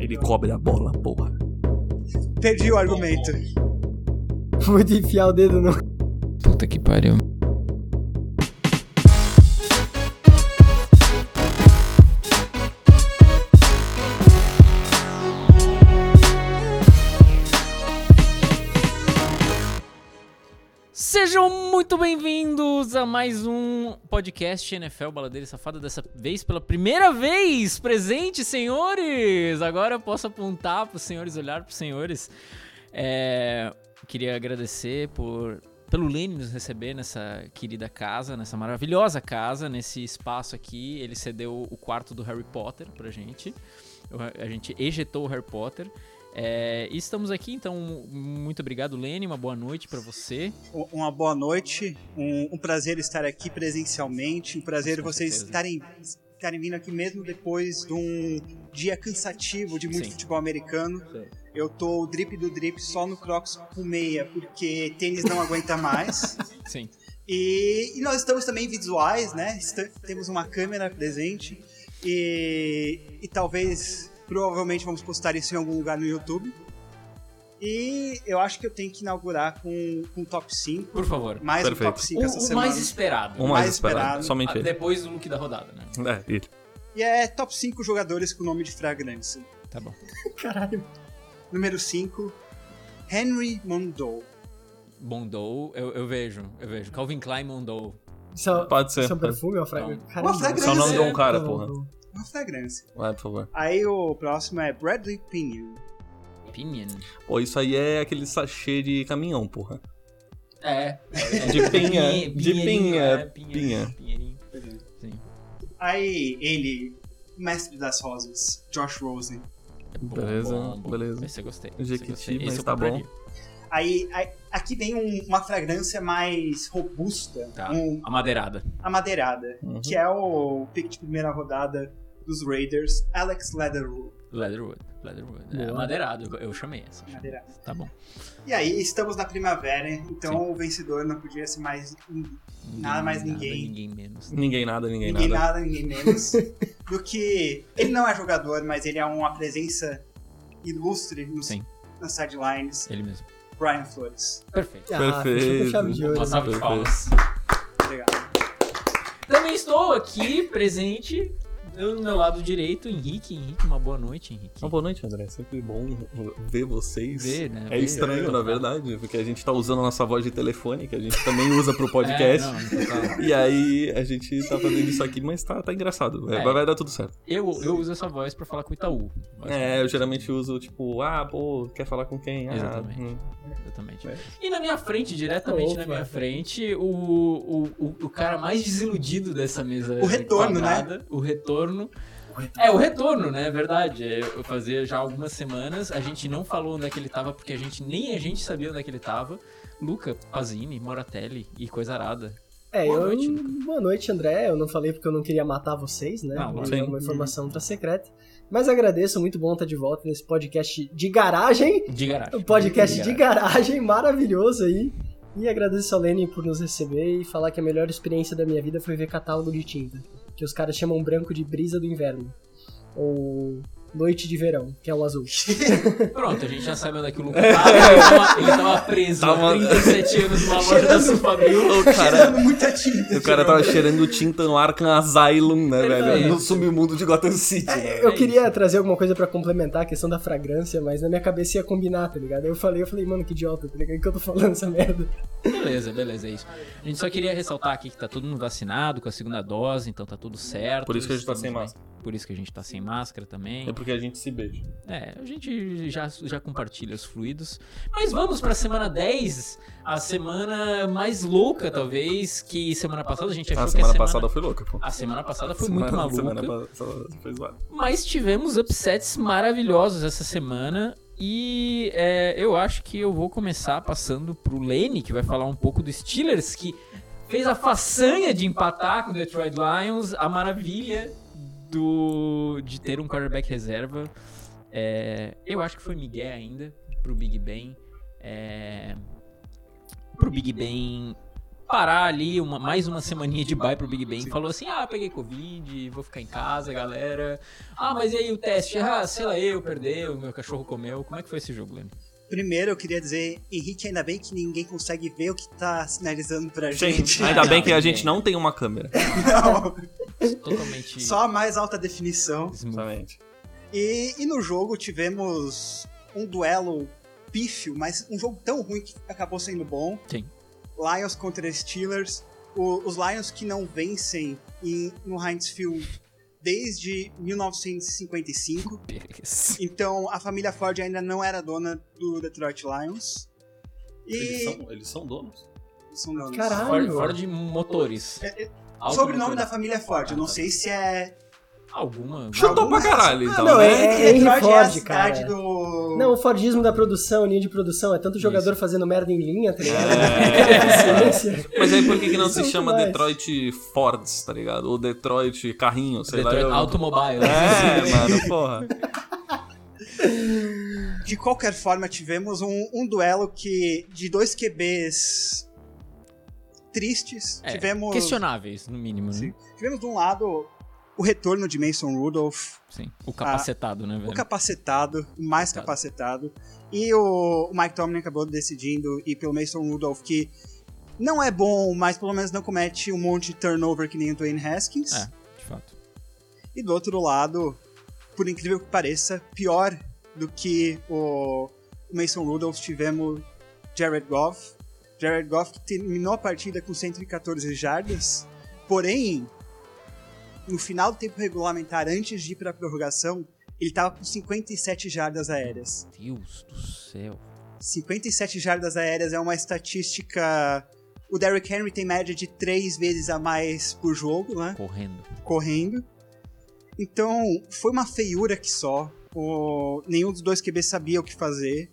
ele cobre a bola, porra. Perdi o argumento. Vou te enfiar o dedo no. Puta que pariu. Sejam muito bem-vindos a mais um podcast NFL Baladeira e Safada, dessa vez pela primeira vez presente, senhores! Agora eu posso apontar para os senhores, olhar para os senhores. É, queria agradecer por pelo Lene nos receber nessa querida casa, nessa maravilhosa casa, nesse espaço aqui. Ele cedeu o quarto do Harry Potter pra gente. Eu- A gente ejetou o Harry Potter. É, e estamos aqui, então, muito obrigado, Lene. Uma boa noite para você. U- Um, Uma boa noite, um, um prazer estar aqui presencialmente, um prazer Com vocês certeza. estarem, estarem vindo aqui mesmo depois de um dia cansativo de muito Sim. futebol americano. Eu tô o drip do drip só no Crocs com meia, porque tênis não aguenta mais. Sim. E, e nós estamos também visuais, né? Esta- temos uma câmera presente e, e talvez, provavelmente, vamos postar isso em algum lugar no YouTube. E eu acho que eu tenho que inaugurar com, com o top 5. Por favor. Mais um Perfeito. top O, 5 essa o semana. mais esperado. O Um mais, Mais esperado. esperado. Somente Ah, ele. Depois do look da rodada, né? É, ele. E é top 5 jogadores com nome de fragrância. Tá bom. Caralho. Número 5, Henry Mondou. Mondou, eu, eu vejo, eu vejo. Calvin Klein Mondou. Só, Pode ser. só Pode. perfume ou fragrância? Caralho. é Uma fragrância. Só o nome de um cara, Não, porra. não. Uma fragrância. Vai, por favor. Aí o próximo é Bradley Pinion. Pinion. Pô, isso aí é aquele sachê de caminhão, porra. É. De pinha. De pinha. Pinha. Pinheirinho. Aí ele, o mestre das rosas, Josh Rosen. Beleza, beleza. Esse eu gostei. Jequiti, esse eu gostei. mas Esse eu tá bom. compraria. Aí, aí- aqui vem um- uma fragrância mais robusta, Tá. um, A madeirada. amadeirada, Uhum. que é o pick de primeira rodada dos Raiders, Alex Leatherwood. Leatherwood. Leatherwood. É, a Boa. madeirada. eu- Eu chamei essa. eu chamei. Madeirada. Tá bom. E aí, estamos na primavera, então o vencedor não podia ser mais ninguém, Nada mais ninguém. Ninguém menos. Ninguém nada, ninguém, nada. nada. ninguém menos, do que... Ele não é jogador, mas ele é uma presença ilustre nos, Sim. nas sidelines, Ele mesmo. Brian Flores. Perfeito. Ah, fechou com chave de Perfeito. ouro. Uma né? salva de palmas. Obrigado. Também estou aqui presente do meu lado direito, Henrique. Henrique, uma boa noite, Henrique. Uma boa noite, André. É Sempre bom ver vocês. Ver, né? É Ver. estranho, na verdade, porque a gente tá usando a nossa voz de telefone, que a gente também usa pro podcast. É, não, total. E aí a gente tá fazendo isso aqui, mas tá, tá engraçado. É, É. Vai, vai dar tudo certo. eu, eu uso essa voz pra falar com o Itaú. É, eu geralmente uso, tipo, ah, pô, quer falar com quem? Ah, Exatamente. hum. Exatamente. É. E na minha frente, diretamente na Opa. minha frente, o, o, o, o cara mais desiludido dessa mesa. O retorno, né? O retorno. É, o retorno, né? É verdade. É, Eu fazia já algumas semanas. A gente não falou onde é que ele tava, porque a gente nem a gente sabia onde é que ele tava. Luca, Pazini, Moratelli e coisa arada. É, Boa eu. noite, Luca. Boa noite, André. Eu não falei porque eu não queria matar vocês, né? Não, é sim. uma informação ultra secreta. Mas agradeço, muito bom estar de volta nesse podcast de garagem. De garagem. Um podcast de garagem maravilhoso aí. E agradeço a Lene por nos receber e falar que a melhor experiência da minha vida foi ver catálogo de tinta, que os caras chamam branco de brisa do inverno. Ou noite de verão, que é o azul. Pronto, a gente já sabe onde é que o Luca tava. Ele tava, ele tava preso Tava- há 37 anos numa loja da Sufabril. O cara, Muita tinta. o cara tava cheirando tinta no Arkham Asylum, né, velho? Perfeito. No submundo de Gotham City, né? Eu É queria trazer alguma coisa pra complementar a questão da fragrância, mas na minha cabeça ia combinar, tá ligado? Eu falei, eu falei, mano, que idiota, tá ligado? Que eu tô falando essa merda. Beleza, beleza, é isso. A gente só queria ressaltar aqui que tá todo mundo vacinado com a segunda dose, então tá tudo certo. Por isso que a gente tá sem Estamos- Por isso que a gente tá sem máscara também. É porque a gente se beija. É, a gente já, já compartilha os fluidos. Mas vamos pra semana 10, a semana mais louca, talvez, que semana passada a gente achou A que a É Ah, semana Ah, passada foi louca, pô. A semana passada foi Semana- muito maluca. Semana passada foi zoado. Mas tivemos upsets maravilhosos essa semana. E é, eu acho que eu vou começar passando pro Lane, que vai falar um pouco do Steelers, que fez a façanha de empatar com o Detroit Lions, a maravilha do de ter um quarterback reserva. É, eu acho que foi Miguel ainda, pro Big Ben. É, pro Big Ben parar ali uma, mais uma semaninha de bye pro Big Ben. Falou assim: ah, peguei Covid, vou ficar em casa, galera. Ah, mas e aí o teste? Ah, sei lá, eu perdeu, meu cachorro comeu. Como é que foi esse jogo, Lenny? Primeiro eu queria dizer, Henrique, ainda bem que ninguém consegue ver o que tá sinalizando pra gente. Gente, ainda bem que a gente não tem uma câmera. Não, Totalmente. só a mais alta definição. Exatamente. E, e no jogo tivemos um duelo pífio, mas um jogo tão ruim que acabou sendo bom. Sim. Lions contra Steelers. O- os Lions que não vencem em- no Heinz Field desde 1955. Então a família Ford ainda não era dona do Detroit Lions. E. Eles são, eles são donos? são donos. Caralho. Fora, fora de motores. Automotores. Sobrenome da família Ford, eu não sei se é. Alguma. Chutou pra caralho, Ah, então, não, né? é- Henry Detroit é a Ford, cara. cidade do. Não, o Fordismo da produção, linha de produção, é tanto jogador fazendo merda em linha, tá ligado? É Eficiência. É. Mas aí por que, que não se São chama demais. Detroit Fords, tá ligado? Ou Detroit Carrinho, sei Detroit lá. eu- Automobile. né? É, mano, porra. De qualquer forma, tivemos um, um duelo que de dois QBs tristes. É, tivemos, Questionáveis, no mínimo, né? Sim. Sim. tivemos de um lado o retorno de Mason Rudolph, O capacetado, né, velho? o capacetado, o mais capacetado, e o, o Mike Tomlin acabou decidindo ir pelo Mason Rudolph, que não é bom, mas pelo menos não comete um monte de turnover que nem o Dwayne Haskins. É, de fato. E do outro lado, por incrível que pareça, pior do que o o Mason Rudolph, tivemos Jared Goff. Jared Goff que terminou a partida com 114 jardas, porém, no final do tempo regulamentar, antes de ir para a prorrogação, ele estava com 57 jardas aéreas. Deus do céu. 57 jardas aéreas é uma estatística. O Derrick Henry tem média de 3 vezes a mais por jogo, né? Correndo. correndo. Então, foi uma feiura que só. O- Nenhum dos dois QB sabia o que fazer.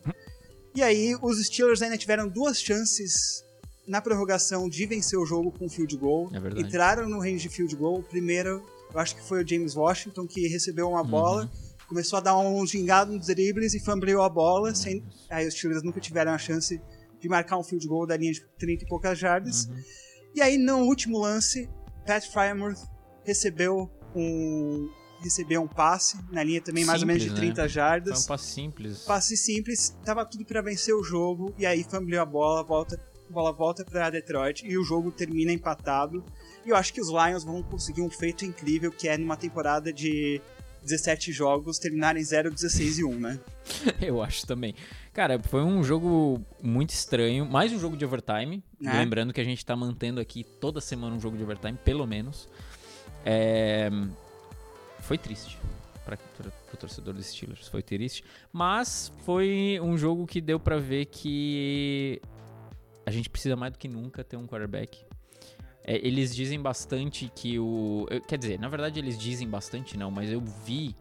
E aí, os Steelers ainda tiveram duas chances na prorrogação de vencer o jogo com field goal. É verdade. Entraram no range de field goal. O primeiro, eu acho que foi o James Washington, que recebeu uma Uhum. bola, começou a dar um gingado nos dribles e fumbleou a bola. sem- Aí os Steelers nunca tiveram a chance de marcar um field goal da linha de 30 e poucas jardas. Uhum. E aí, no último lance, Pat Frymouth recebeu um recebeu um passe na linha também mais ou menos de Simples, né? 30 Foi jardas. um passe simples. Passe simples, tava tudo pra vencer o jogo e aí fumbleou a bola, volta, a bola volta pra Detroit e o jogo termina empatado. E eu acho que os Lions vão conseguir um feito incrível que é numa temporada de 17 jogos terminarem 0 16 e 1, né? Eu acho também. Cara, foi um jogo muito estranho. Mais um jogo de overtime. Né? Lembrando que a gente tá mantendo aqui toda semana um jogo de overtime, pelo menos. É, Foi triste para o torcedor dos Steelers. Foi triste. Mas foi um jogo que deu pra ver que a gente precisa mais do que nunca ter um quarterback. É, eles dizem bastante que o. eu- Quer dizer, na verdade eles dizem bastante não, mas eu vi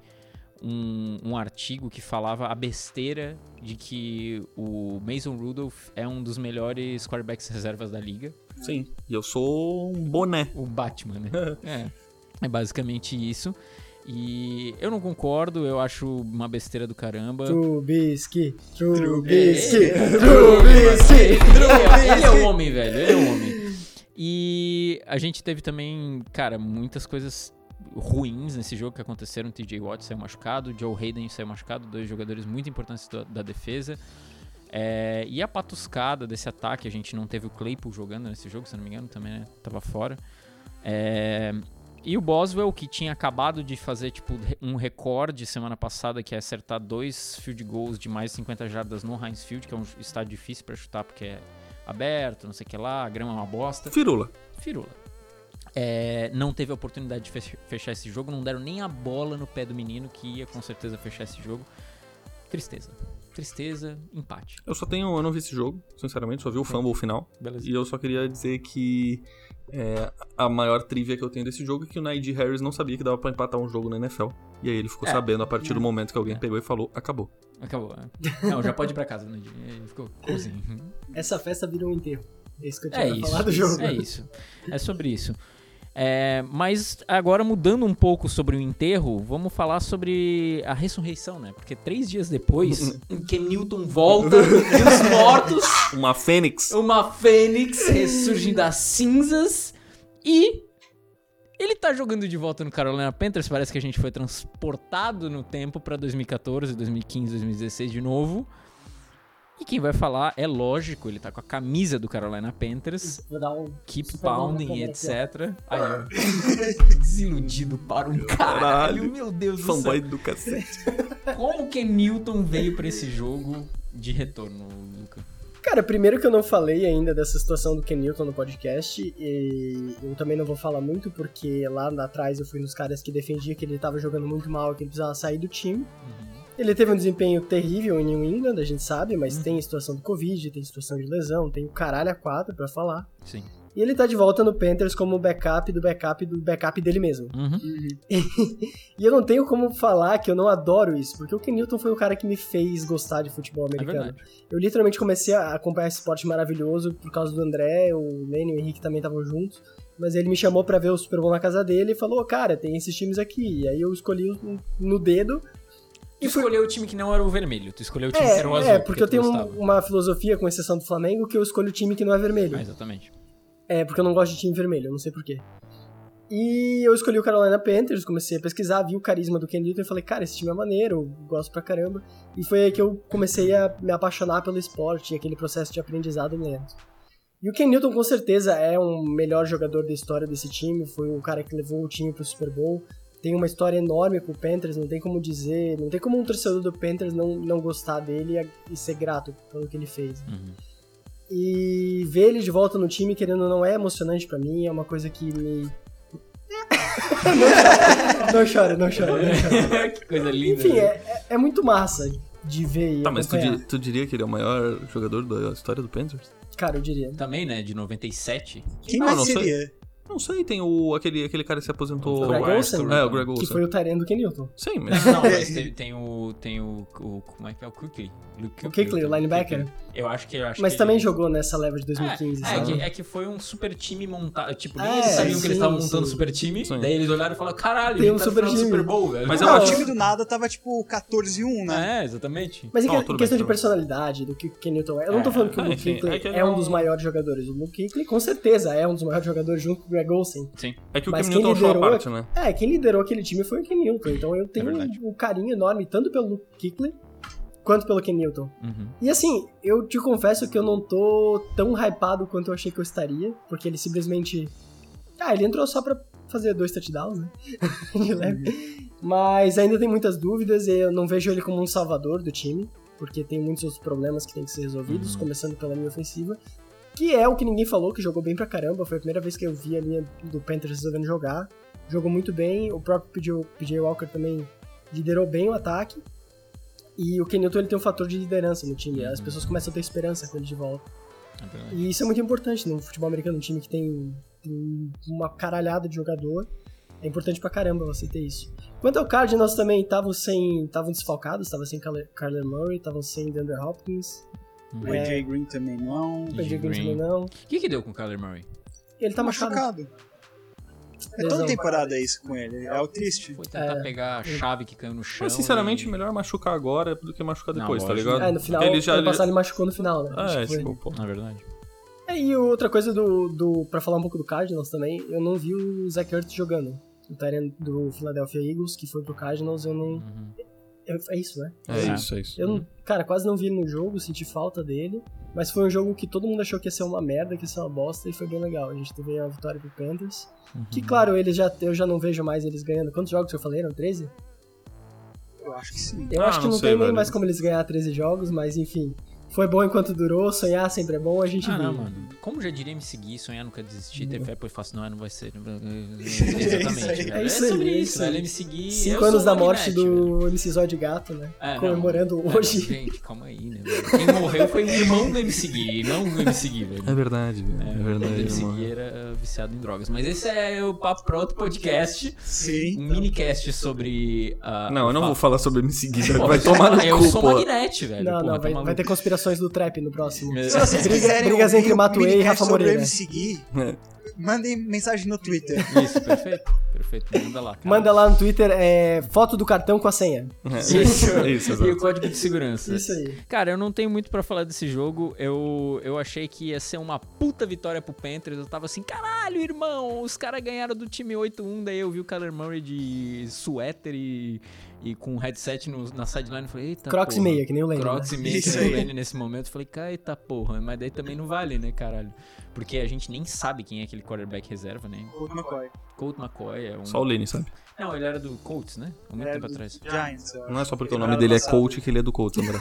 um, um artigo que falava a besteira de que o Mason Rudolph é um dos melhores quarterbacks reservas da liga. Sim. E eu sou um boné. O Batman, né? é. É basicamente isso. E eu não concordo, eu acho uma besteira do caramba. Trubisky, É, Trubisky, Ei, Trubisky. Ele é um homem, velho. Ele é um homem. E a gente teve também, cara, muitas coisas ruins nesse jogo que aconteceram. TJ Watt saiu machucado, Joe Hayden saiu machucado, dois jogadores muito importantes da, da defesa. É, e a patuscada desse ataque, a gente não teve o Claypool jogando nesse jogo, se eu não me engano, também, né? Tava fora. É, e o Boswell, que tinha acabado de fazer tipo re- um recorde semana passada, que é acertar dois field goals de mais 50 jardas no Heinz Field, que é um estádio difícil pra chutar porque é aberto, não sei o que lá, a grama é uma bosta. Firula. Firula. É, não teve a oportunidade de fech- fechar esse jogo, não deram nem a bola no pé do menino, que ia com certeza fechar esse jogo. Tristeza. Tristeza, empate. Eu só tenho. Eu não vi esse jogo, sinceramente, só vi o fumble final. Beleza. E eu só queria dizer que é, a maior trivia que eu tenho desse jogo é que o Naid Harris não sabia que dava pra empatar um jogo na NFL. E aí ele ficou É. sabendo a partir do momento que alguém É. pegou e falou, acabou. Acabou. né? Não, já pode ir pra casa, né? Ele Ficou cozinho. Essa festa virou um enterro. É isso que eu tinha É pra isso. falar do jogo. É isso. É sobre isso. É, mas agora mudando um pouco sobre o enterro, vamos falar sobre a ressurreição, né? Porque três dias depois, em que Newton volta e os mortos, Uma fênix. uma fênix ressurge das cinzas e ele tá jogando de volta no Carolina Panthers. Parece que a gente foi transportado no tempo pra 2014, 2015, 2016 de novo. E quem vai falar é lógico, ele tá com a camisa do Carolina Panthers. Vou dar um. Keep Só vamos pounding, comer etc. Aí, ó. desiludido para um caralho. caralho. Meu Deus do céu. Fanboy do cacete. Como que Newton veio pra esse jogo de retorno, Luca? Cara, primeiro que eu não falei ainda dessa situação do Ken Newton no podcast, e eu também não vou falar muito, porque lá atrás eu fui nos caras que defendia que ele tava jogando muito mal, que ele precisava sair do time. Ele teve um desempenho terrível em New England, a gente sabe, mas Uhum. tem a situação do Covid, tem a situação de lesão, tem o caralho a quatro pra falar. Sim. E ele tá de volta no Panthers como backup do backup do backup dele mesmo. Uhum. É E eu não tenho como falar que eu não adoro isso, porque o Ken Newton foi o cara que me fez gostar de futebol É americano. verdade. Eu literalmente comecei a acompanhar esse esporte maravilhoso por causa do André, o Lenny e o Henrique também estavam juntos. Mas ele me chamou pra ver o Super Bowl na casa dele e falou: cara, tem esses times aqui. E aí eu escolhi um no dedo. Tu escolheu o time que não era o vermelho, tu escolheu o time que É, era o azul. é, porque eu tu tenho um- gostava. uma filosofia, com exceção do Flamengo, que eu escolho o time que não é vermelho. Ah, exatamente. É, porque eu não gosto de time vermelho, eu não sei porquê. E eu escolhi o Carolina Panthers, comecei a pesquisar, vi o carisma do Ken Newton e falei, cara, esse time é maneiro, eu gosto pra caramba. E foi aí que eu comecei a me apaixonar pelo esporte e aquele processo de aprendizado lento. E o Ken Newton com certeza é o melhor jogador da história desse time, foi o cara que levou o time pro Super Bowl. Tem uma história enorme com o Panthers, não tem como dizer, não tem como um torcedor do Panthers não, não gostar dele e- e ser grato pelo que ele fez. Uhum. E ver ele de volta no time, querendo ou não, é emocionante pra mim, é uma coisa que me. não chora, não chora, não chora. que coisa linda. Enfim, né? é, é- é muito massa de ver e Tá, mas tu, acompanhar. di- tu diria que ele é o maior jogador da história do Panthers? Cara, eu diria. Também, né? De 97. Quem Não, mais não sei. seria? Não sei, tem o, aquele, aquele cara que se aposentou. O Greg Arthur. Olsen? né? É, o Greg Olsen. Que foi o Tyrene do Ken Newton. Sim, mas. Não, mas tem, tem o. Tem o, o. Como é que é? O Kukley. O Kuechly, o linebacker. Eu acho que. Eu acho Mas que é também ele- jogou nessa leva de 2015, É, é, sabe? que, é que foi um super time montado. Tipo, nem É, eles sabiam que eles sim, estavam montando sim. super time. Sim. Daí eles olharam e falaram: caralho, Tem a gente um tá super no final do time." Super Bowl, velho. Mas é Não, eu o acho- time do nada tava tipo 14 e 1, né? É, exatamente. Mas em, Não, que- em tudo bem, questão de tudo bem. personalidade, do que o Ken Newton é, eu não tô É, falando que o Luke enfim, Kuechly é que ele é um não- dos maiores jogadores. O Luke Kuechly com certeza é um dos maiores jogadores junto com o Greg Olsen. Sim. É que o Mas Kim quem Newton show à liderou- parte, né? É, quem liderou aquele time foi o Ken Newton, então eu tenho É verdade. um carinho enorme tanto pelo Luke Kuechly quanto pelo Ken Newton. Uhum, E assim, eu te confesso que eu não tô tão hypado quanto eu achei que eu estaria, porque ele simplesmente... Ah, ele entrou só pra fazer dois touchdowns, né? De leve. Mas ainda tem muitas dúvidas e eu não vejo ele como um salvador do time, porque tem muitos outros problemas que tem que ser resolvidos, Uhum. começando pela linha ofensiva, que é o que ninguém falou, que jogou bem pra caramba, foi a primeira vez que eu vi a linha do Panthers resolvendo jogar jogou muito bem, o próprio PJ, PJ Walker também liderou bem o ataque. E o Kenilton ele tem um fator de liderança no time, as pessoas começam a ter esperança com ele de volta. É verdade. E isso é muito importante no futebol americano, um time que tem, tem uma caralhada de jogador. É importante pra caramba você ter isso. Quanto ao Cardinals também, estavam sem, estavam desfalcados, estavam sem Carle- Kyler Murray, estavam sem DeAndre Hopkins, O É. AJ Green também não. E o Pedro Green. também não. O que, que deu com o Kyler Murray? Ele tá machucado. É Lesão. toda temporada isso com ele. É o triste. Foi tentar pegar a chave que caiu no chão. Mas, sinceramente, e... melhor machucar agora do que machucar Não, depois, tá lógico. ligado? É, no final, ele já. ano passado ele machucou no final, né? Acho Ah, é, que foi. tipo, pô. Na verdade. É, e outra coisa do, do para falar um pouco do Cardinals também, eu não vi o Zach Ertz jogando. O Tyrant do Philadelphia Eagles, que foi pro Cardinals, eu não. Uhum. eu- é isso, né? É isso, é isso. Eu não, cara, quase não vi ele no jogo, senti falta dele. Mas foi um jogo que todo mundo achou que ia ser uma merda, que ia ser uma bosta, e foi bem legal. A gente teve a vitória pro Panthers. Uhum. Que claro, eles já, eu já não vejo mais eles ganhando. Quantos jogos que eu falei? Eram 13? Eu acho que sim. Eu Ah, acho que não não, sei, tem nem velho. mais como eles ganhar 13 jogos, mas enfim. Foi bom enquanto durou, sonhar sempre é bom, a gente Ah, viu. não, mano. Como já diria me seguir, sonhar nunca desistir, ter fé, pois faço, não é, não vai ser. Exatamente. velho. É isso aí, sobre é isso, isso aí. velho. Me seguir. eu Cinco sou anos o da morte Magnete, velho. do MC Zóio de Gato, né? É, não. comemorando É, hoje. não, gente, calma aí, né? velho? Quem morreu foi o irmão do MC Gui, não o MC Gui, velho. É verdade, velho. É, É, O verdade, MC Gui mano. era viciado em drogas. Mas esse é o papo pra outro podcast. Sim. Um Então. Hum. minicast sobre. ah, Não, eu não o vou fato- falar sobre me seguir, Pô, vai tomar no eu cu, sou pô. Magnete, velho. não, Porra, não, tá vai, maluco. É. vai ter conspirações do trap no próximo. Mas- Se vocês Briga- quiserem brigas ouvir entre o Matuê e minicast Rafa sobre Moreira. o MC Gui, É. Mandem mensagem no Twitter. Isso, perfeito. Perfeito. Manda lá, cara. Manda lá no Twitter é, foto do cartão com a senha. É Isso, isso, E o exato. código de segurança. Isso aí. Cara, eu não tenho muito pra falar desse jogo. Eu, eu achei que ia ser uma puta vitória pro Panthers. Eu tava assim, caralho, irmão, os caras ganharam do time 8-1. Daí eu vi o Kyler Murray de suéter e, e com um headset no- na sideline. Eu Falei, eita. Crocs e porra. meia, que nem eu lembro. Crocs e né? meia que Isso nem aí. o Lenny nesse momento. Eu Falei, cara, eita porra. Mas daí também não vale, né, caralho? Porque a gente nem sabe quem é aquele quarterback reserva, né? Colt McCoy. Colt McCoy é um. Só o Lenny, sabe? Não, ele era do Colts, né? Há muito Era tempo do atrás. Giants. eu Não é só porque o Ele nome era dele é passado. Coach que ele é do Coach, André.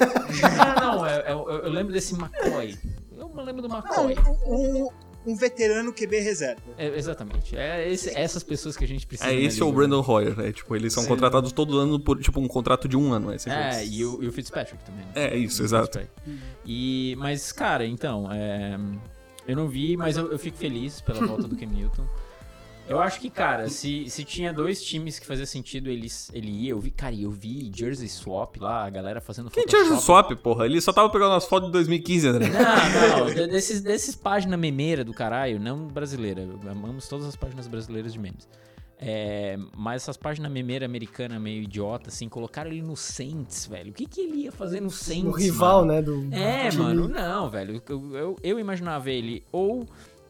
Ah, não, é- é- eu, eu lembro desse McCoy. Eu me lembro do Não, McCoy. um, um veterano QB reserva. É, exatamente. É esse- essas pessoas que a gente precisa. É esse ou o analisar. Brandon Hoyer, é tipo, eles são Sim. contratados todo ano por, tipo, um contrato de um ano, é sempre É, isso. e o, e o Fitzpatrick também. né? É, isso, O exato. Fitzpatrick. E, mas, cara, então, é, eu não vi, mas eu, eu fico feliz pela volta do Cam Newton. Eu acho que, cara, se, se tinha dois times que fazia sentido eles, ele ia, eu vi, cara, e eu vi Jersey Swap lá, a galera fazendo Quem tinha Photoshop. é o swap, porra? Ele só tava pegando as fotos de 2015, André. Não, não, de- desses, desses páginas memeira do caralho, não brasileira. Amamos todas as páginas brasileiras de memes. É, mas essas páginas memeira americana meio idiota, assim, colocaram ele no Saints, velho. O que, que ele ia fazer no Saints? O rival, mano? né? Do É, time. mano, não, velho. Eu, eu, eu imaginava ele ou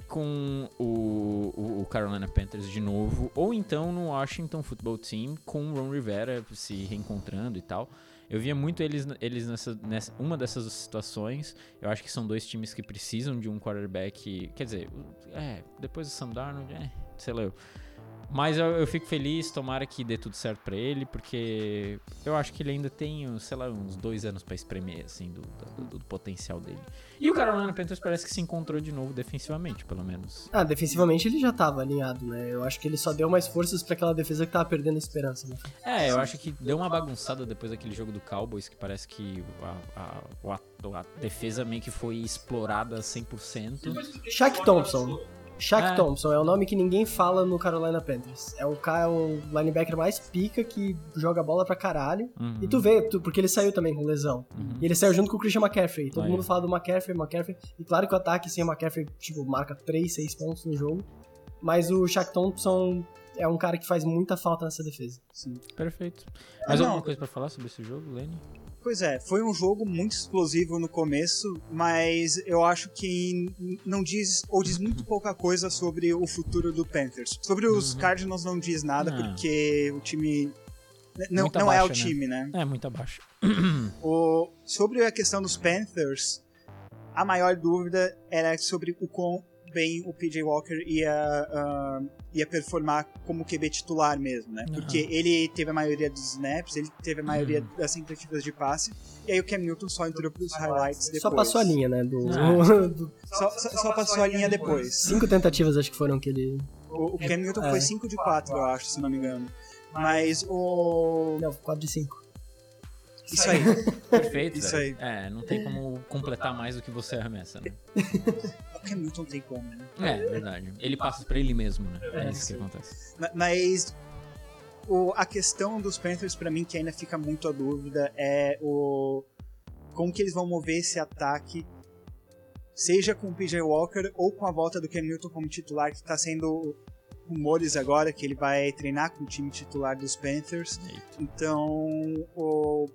com o, o- o Carolina Panthers de novo, ou então no Washington Football Team com o Ron Rivera se reencontrando e tal. Eu via muito eles, eles nessa, nessa uma dessas situações. Eu acho que são dois times que precisam de um quarterback. Quer dizer, é, depois do Sam Darnold, é, sei lá eu. Mas eu, eu fico feliz, tomara que dê tudo certo pra ele, porque eu acho que ele ainda tem, sei lá, uns dois anos pra espremer, assim, do, do- do potencial dele. E o Carolina Panthers parece que se encontrou de novo defensivamente, pelo menos. Ah, defensivamente ele já tava alinhado, né? Eu acho que ele só deu mais forças pra aquela defesa que tava perdendo a esperança, né? É, eu acho que deu uma bagunçada depois daquele jogo do Cowboys, que parece que a, a- o ato- a defesa meio que foi explorada 100%. Shaq Thompson. Shaq É. Thompson é o nome que ninguém fala no Carolina Panthers. É o cara, é o linebacker mais pica que joga bola pra caralho. Uhum. E tu vê, tu- porque ele saiu também com lesão. Uhum. E ele saiu junto com o Christian McCaffrey. Todo Ah, é. mundo fala do McCaffrey, McCaffrey. E claro que o ataque sem o McCaffrey, tipo, marca 3, 6 pontos no jogo. Mas o Shaq Thompson é um cara que faz muita falta nessa defesa. Perfeito. Mais Ah, alguma não. coisa pra falar sobre esse jogo, Lenny? Pois é, foi um jogo muito explosivo no começo, mas eu acho que n- não diz, ou diz muito pouca coisa sobre o futuro do Panthers. Sobre os Uhum. Cardinals não diz nada, Não. porque o time. n- Não, Muito não é o abaixo, né? time, né? É, muito abaixo. O- sobre a questão dos Panthers, a maior dúvida era sobre o quão bem o PJ Walker ia, ah, ia performar como QB titular mesmo, né? Aham. Porque ele teve a maioria dos snaps, ele teve a maioria das tentativas de passe, e aí o Cam Newton só entrou pros highlights depois. Só passou a linha, né? Do, Ah. do- é. Só, só- só passou a linha depois. cinco tentativas acho que foram que ele. O, o Cam Newton É. foi 5 de 4, eu acho, se não me engano. Mas o... Não, 4 de 5. Isso aí. Perfeito. Isso velho. É, não tem como completar mais do que você arremessa, né? O Cam Newton tem como, né? É, verdade. Ele passa pra ele mesmo, né? É isso que acontece. Ma- Mas o- a questão dos Panthers, pra mim, que ainda fica muito a dúvida, é o como que eles vão mover esse ataque, seja com o PJ Walker ou com a volta do Cam Newton como titular, que tá sendo rumores agora que ele vai treinar com o time titular dos Panthers. Eita. Então, o-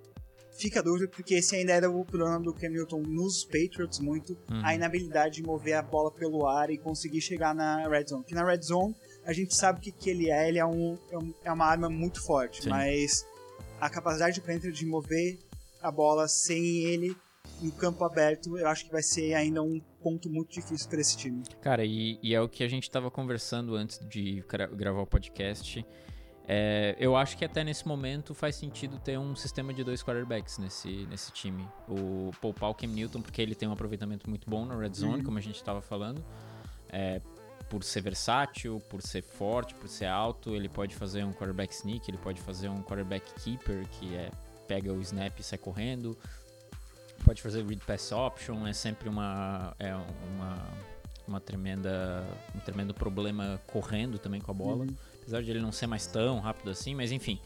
fica a dúvida, porque esse ainda era o problema do Cam Newton nos Patriots muito, Uhum. a inabilidade de mover a bola pelo ar e conseguir chegar na red zone. Porque na red zone a gente sabe o que, que ele é, ele é, um, é um- é uma arma muito forte, Sim. mas a capacidade do Panther de mover a bola sem ele no campo aberto, eu acho que vai ser ainda um ponto muito difícil para esse time. Cara, e, e é o que a gente tava conversando antes de gra- gravar o podcast. É, eu acho que até nesse momento faz sentido ter um sistema de dois quarterbacks nesse, nesse time. O poupar o Cam Newton, porque ele tem um aproveitamento muito bom na red zone, como a gente tava falando. É, por ser versátil, por ser forte, por ser alto, ele pode fazer um quarterback sneak, ele pode fazer um quarterback keeper, que é pega o snap e sai correndo. Pode fazer read pass option, é sempre uma é uma uma tremenda um tremendo problema correndo também com a bola, apesar de ele não ser mais tão rápido assim, mas enfim.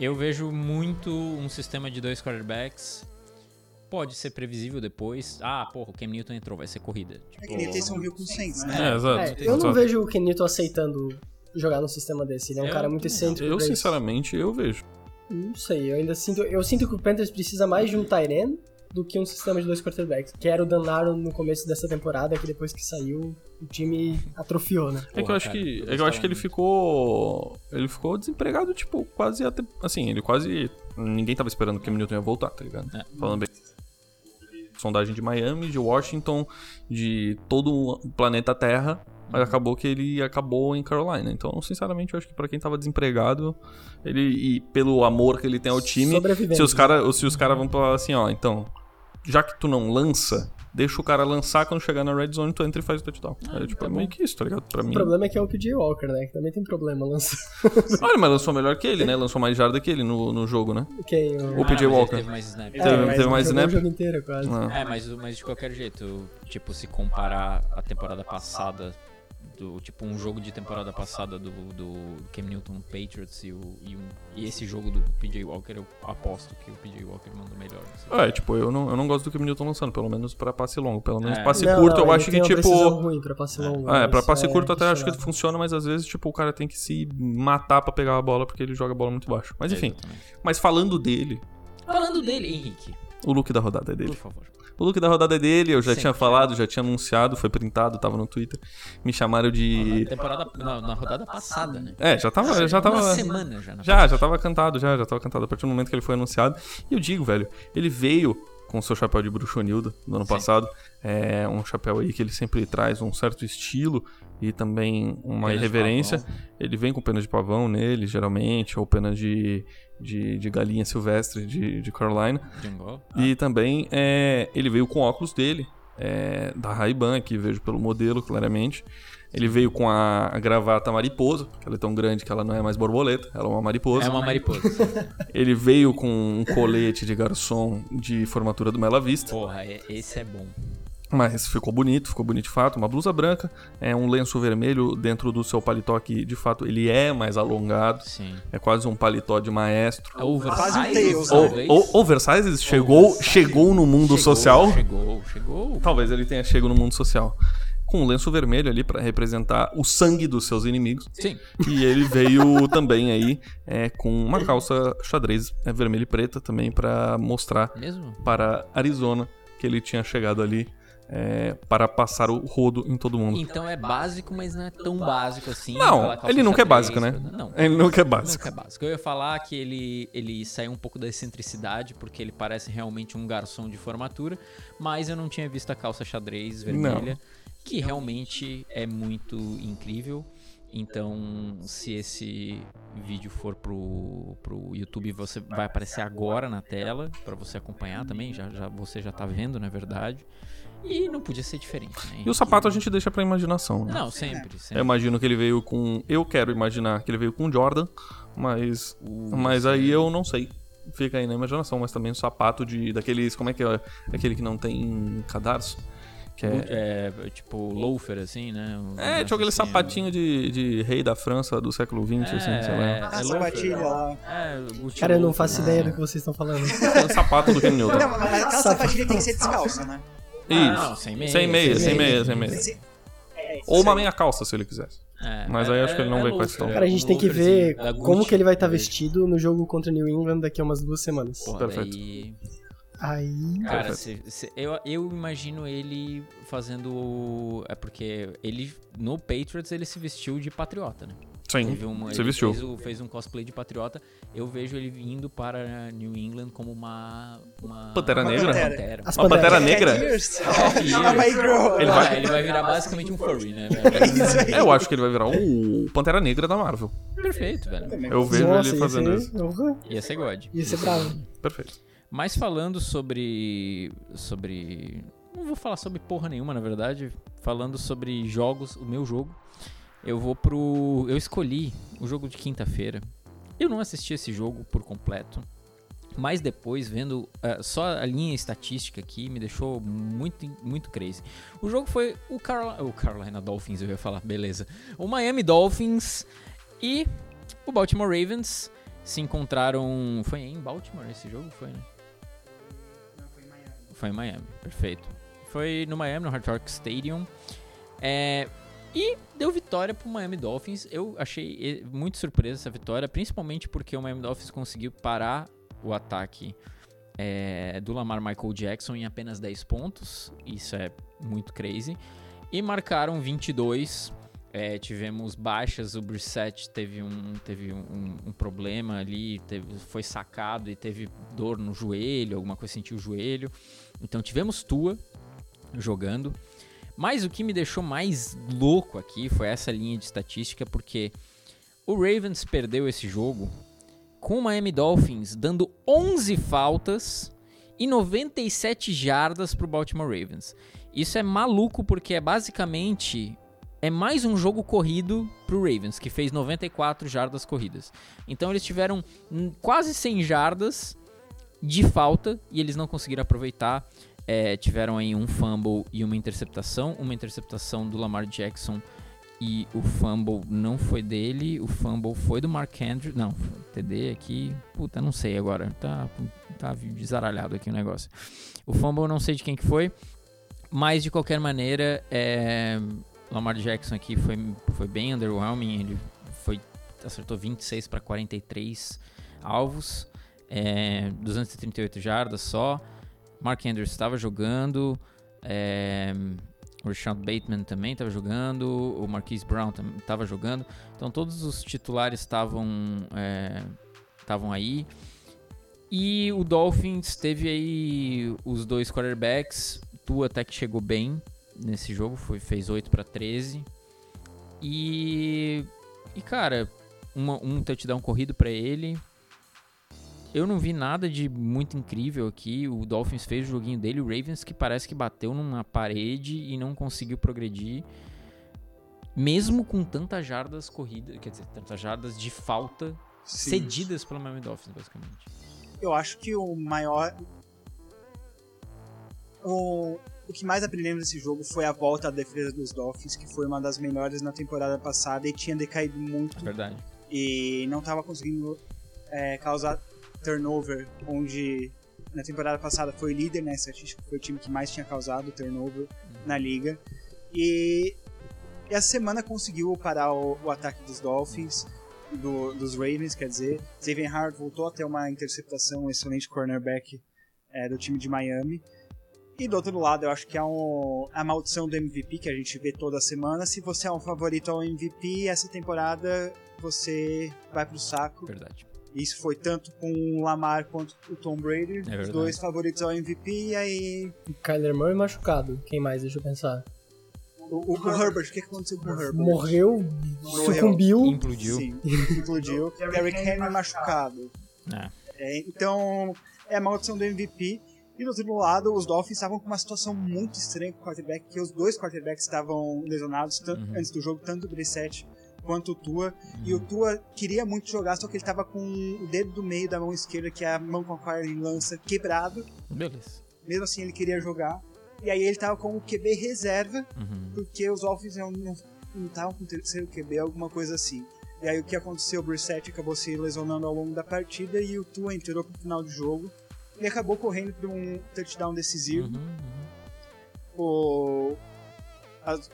Eu vejo muito um sistema de dois quarterbacks pode ser previsível depois. Ah, porra, o Cam Newton entrou, vai ser corrida. Tipo, É que nem ter São Rio com Saints, né? É, exato. É, eu não Exato. vejo o Kenito aceitando jogar num sistema desse. Ele é um Eu cara muito também excêntrico. Eu, pra isso. sinceramente, eu vejo. Não sei, eu ainda sinto. Eu sinto que o Panthers precisa mais de um Tyren do que um sistema de dois quarterbacks. Que era o Dan Aaron no começo dessa temporada, que depois que saiu, o time atrofiou, né? é que eu Porra, acho cara, que, eu um é que eu acho gostava que ele muito. ficou. Ele ficou desempregado, tipo, quase até. Assim, ele quase. Ninguém tava esperando que o Newton ia voltar, tá ligado? É. Falando bem. Sondagem de Miami, de Washington, de todo o planeta Terra. Mas Uhum. acabou que ele acabou em Carolina. Então, sinceramente, eu acho que pra quem tava desempregado, ele. E pelo amor que ele tem ao time, Sobrevivendo. Se os caras se os cara vão falar assim, ó, então, já que tu não lança, deixa o cara lançar quando chegar na red zone, tu entra e faz o touchdown. é, tipo, é meio que isso, tá ligado? Pra Ah, O mim. problema é que é o PJ Walker, né? Que também tem problema lançar. Olha, mas lançou melhor que ele, né? Lançou mais jarda que ele no, no jogo, né? Quem? O Ah, PJ mas ele Walker. Teve mais snap. É, teve- mas teve mais né? snap? jogou o jogo inteiro, quase. Ah. É, mas, mas de qualquer jeito, tipo, se comparar a temporada passada, do tipo, um jogo de temporada passada do, do Cam Newton Patriots e, o, e, um- e esse jogo do PJ Walker, eu aposto que o PJ Walker mandou melhor. assim. É, tipo, eu não, eu não gosto do que o Newton lançando, pelo menos pra passe longo. Pelo menos É. passe Não, curto, não, eu ele acho que, tem uma precisão tipo. ruim pra passe longo, É, né? pra Isso passe é curto até acho que questionável. funciona, mas às vezes, tipo, o cara tem que se matar pra pegar a bola porque ele joga a bola muito baixo. É Mas enfim, Exatamente. mas falando dele, Falando dele, Henrique, o look da rodada é dele. por favor. O look da rodada é dele, eu já Sempre. tinha falado, já tinha anunciado, foi printado, tava no Twitter. Me chamaram de. Na temporada, na, na rodada passada, né? É, já tava. Já Uma tava. semana já. Na Já, já tava cantado, já, já tava cantado. A partir do momento que ele foi anunciado. E eu digo, velho, ele veio com o seu chapéu de bruxo Nildo do ano Sim. passado. É um chapéu aí que ele sempre traz um certo estilo e também uma Pena de irreverência. pavão. Ele vem com pena de pavão nele, geralmente, ou pena de, de, de galinha silvestre de, de Carolina. Jungle. E também é, ele veio com o óculos dele, é, da Ray-Ban, que vejo pelo modelo, claramente. Ele veio com a, a gravata mariposa, porque ela é tão grande que ela não é mais borboleta, ela é uma mariposa. É uma mariposa. Ele veio com um colete de garçom de formatura do Mela Vista, Porra, é- esse é bom. mas ficou bonito, ficou bonito de fato. Uma blusa branca, é um lenço vermelho dentro do seu paletó, que de fato ele é mais alongado, Sim. é quase um paletó de maestro. É oversize, Quase um Tails, O, talvez. o, oversized chegou, Oversized. chegou no mundo Chegou, um social. Chegou, chegou. Talvez ele tenha chego no mundo social. Com um lenço vermelho ali pra representar o sangue dos seus inimigos. Sim. E ele veio também aí é, com uma calça xadrez é, vermelha e preta também pra mostrar Mesmo? para Arizona que ele tinha chegado ali é, para passar o rodo em todo mundo. Então é básico, mas não é tão básico assim. Não, aquela calça ele nunca é xadrez, básico, né? Não. Ele nunca é Nunca básico. é básico. Eu ia falar que ele, ele saiu um pouco da excentricidade, porque ele parece realmente um garçom de formatura, mas eu não tinha visto a calça xadrez vermelha, que realmente é muito incrível. Então, se esse vídeo for pro, pro YouTube, você vai aparecer agora na tela pra você acompanhar também. Já, já você já tá vendo, na verdade. E não podia ser diferente. Né? E o sapato a gente deixa pra imaginação. Né? Não, sempre. sempre. Eu imagino que ele veio com. Eu quero imaginar que ele veio com Jordan, mas O- Mas aí eu não sei. Fica aí na imaginação, mas também um sapato de. daqueles. Como é que é? Aquele que não tem cadarço. Que é. É, tipo, loafer, assim, né? É, Um negócio tipo aquele assim, sapatinho de, de rei da França do século XX, assim, sei lá. É, A é sapatilha loafer. lá. É, Gucci Ah, Cara, eu não loafer, faço tipo, né? ideia do que vocês estão falando. É um sapato do Cam Newton. Não, mas aquela sapatilha tem que ser descalça, né? Ah, Isso. não, sem meia. sem meia, sem sem meia, sem meia. Tem que ser- é, Ou isso uma aí. meia calça, se ele quisesse. É, Mas é- aí eu acho que ele não é vem com loafer, essa- é Cara, Cara, a gente um tem que ver loaferzinho da Gucci. como que ele vai estar vestido no jogo contra New England daqui a umas duas semanas. Porra, Perfeito. daí- Aí. Cara, Perfeito. se- se- eu, eu imagino ele fazendo. o- É porque ele, no Patriots, ele se vestiu de patriota, né? Sim. Teve uma- se ele vestiu. Fez, o- fez um cosplay de patriota. Eu vejo ele indo para New England como uma. uma Pantera uma negra? Pantera. As Uma Pantera pantera Cat negra? ears. ears. É uma e-girl. Ele Ele vai- vai... ele vai virar basicamente um furry, né? Isso aí. É, Eu acho que ele vai virar o Pantera Negra da Marvel. Perfeito, velho. Eu vejo Nossa, ele ia fazendo ser- isso. Uhum. Ia ser God. Ia ser bravo. Perfeito. Mas falando sobre. sobre. Não vou falar sobre porra nenhuma, na verdade. Falando sobre jogos, o meu jogo. Eu vou pro. Eu escolhi o jogo de quinta-feira. Eu não assisti esse jogo por completo. Mas depois, vendo eh, só a linha estatística aqui, me deixou muito, muito crazy. O jogo foi o, Carol- o Carolina Dolphins, eu ia falar, beleza. O Miami Dolphins e o Baltimore Ravens se encontraram. Foi em Baltimore esse jogo? Foi, né? Foi em Miami, perfeito. Foi no Miami, no Hard Rock Stadium. É, e deu vitória pro Miami Dolphins. Eu achei eh, muito surpresa essa vitória, principalmente porque o Miami Dolphins conseguiu parar o ataque eh, do Lamar Michael Jackson em apenas 10 pontos. Isso é muito crazy. E marcaram 22. eh, tivemos baixas, o Brissett teve um, teve um, um- um problema ali, teve- foi sacado e teve dor no joelho, alguma coisa sentiu o joelho. Então tivemos Tua jogando. Mas o que me deixou mais louco aqui foi essa linha de estatística, porque o Ravens perdeu esse jogo com o Miami Dolphins dando 11 faltas e 97 jardas pro Baltimore Ravens. Isso é maluco porque é basicamente é mais um jogo corrido pro Ravens, que fez 94 jardas corridas. Então eles tiveram hum, quase 100 jardas de falta e eles não conseguiram aproveitar. É, tiveram aí um fumble e uma interceptação. Uma interceptação do Lamar Jackson e o fumble não foi dele. O fumble foi do Mark Andrews. Não, foi TD aqui. Puta, não sei agora. Tá, tá desaralhado aqui o negócio. O fumble não sei de quem que foi. Mas de qualquer maneira, é, Lamar Jackson aqui foi, foi bem underwhelming. Ele foi, acertou 26 para 43 alvos. É, 238 jardas só. Mark Andrews estava jogando, é, o Rashad Bateman também estava jogando, o Marquise Brown estava jogando. Então todos os titulares estavam é, estavam aí. E o Dolphins teve aí os dois quarterbacks. Tua até que chegou bem nesse jogo, foi, fez 8 para 13. E, e cara, uma, um touchdown corrido para ele, eu não vi nada de muito incrível aqui. O Dolphins fez o joguinho dele, o Ravens que parece que bateu numa parede e não conseguiu progredir. Mesmo com tantas jardas corridas, quer dizer, tantas jardas de falta Sim. cedidas pelo Miami Dolphins, basicamente. Eu acho que o maior. O, o que mais aprendemos desse jogo foi a volta à defesa dos Dolphins, que foi uma das melhores na temporada passada e tinha decaído muito É verdade. e não estava conseguindo é, causar turnover, onde na temporada passada foi líder na estatística, foi o time que mais tinha causado turnover na liga. E, e essa semana conseguiu parar o, o ataque dos Dolphins, do- dos Ravens, quer dizer. Steven Howard voltou a ter uma interceptação, um excelente cornerback é, do time de Miami. E do outro lado, eu acho que é um, a maldição do MVP que a gente vê toda semana. Se você é um favorito ao MVP, essa temporada você vai pro saco. Verdade. Isso foi tanto com o Lamar quanto o Tom Brady, os É verdade. dois favoritos ao MVP. E aí, Kyler Murray machucado. Quem mais? Deixa eu pensar. o, o- o Herbert, o que que aconteceu com o Herbert? Morreu, sucumbiu. Implodiu. Sim, implodiu. Derrick Henry machucado. É. É, então, é a maldição do MVP. E do outro lado, os Dolphins estavam com uma situação muito estranha com o quarterback, que os dois quarterbacks estavam lesionados tan- Uhum. antes do jogo, tanto o Brissett quanto o Tua. E o Tua queria muito jogar, só que ele estava com o dedo do meio da mão esquerda, que é a mão com a qual ele lança, quebrado. Beleza. Mesmo assim, ele queria jogar. E aí ele estava com o QB reserva, Uhum. porque os Dolphins não- não não estavam com o terceiro QB, alguma coisa assim. E aí o que aconteceu? O Brissett acabou se lesionando ao longo da partida e o Tua entrou pro final do jogo. Ele acabou correndo para um touchdown decisivo. Uhum, uhum. O- as-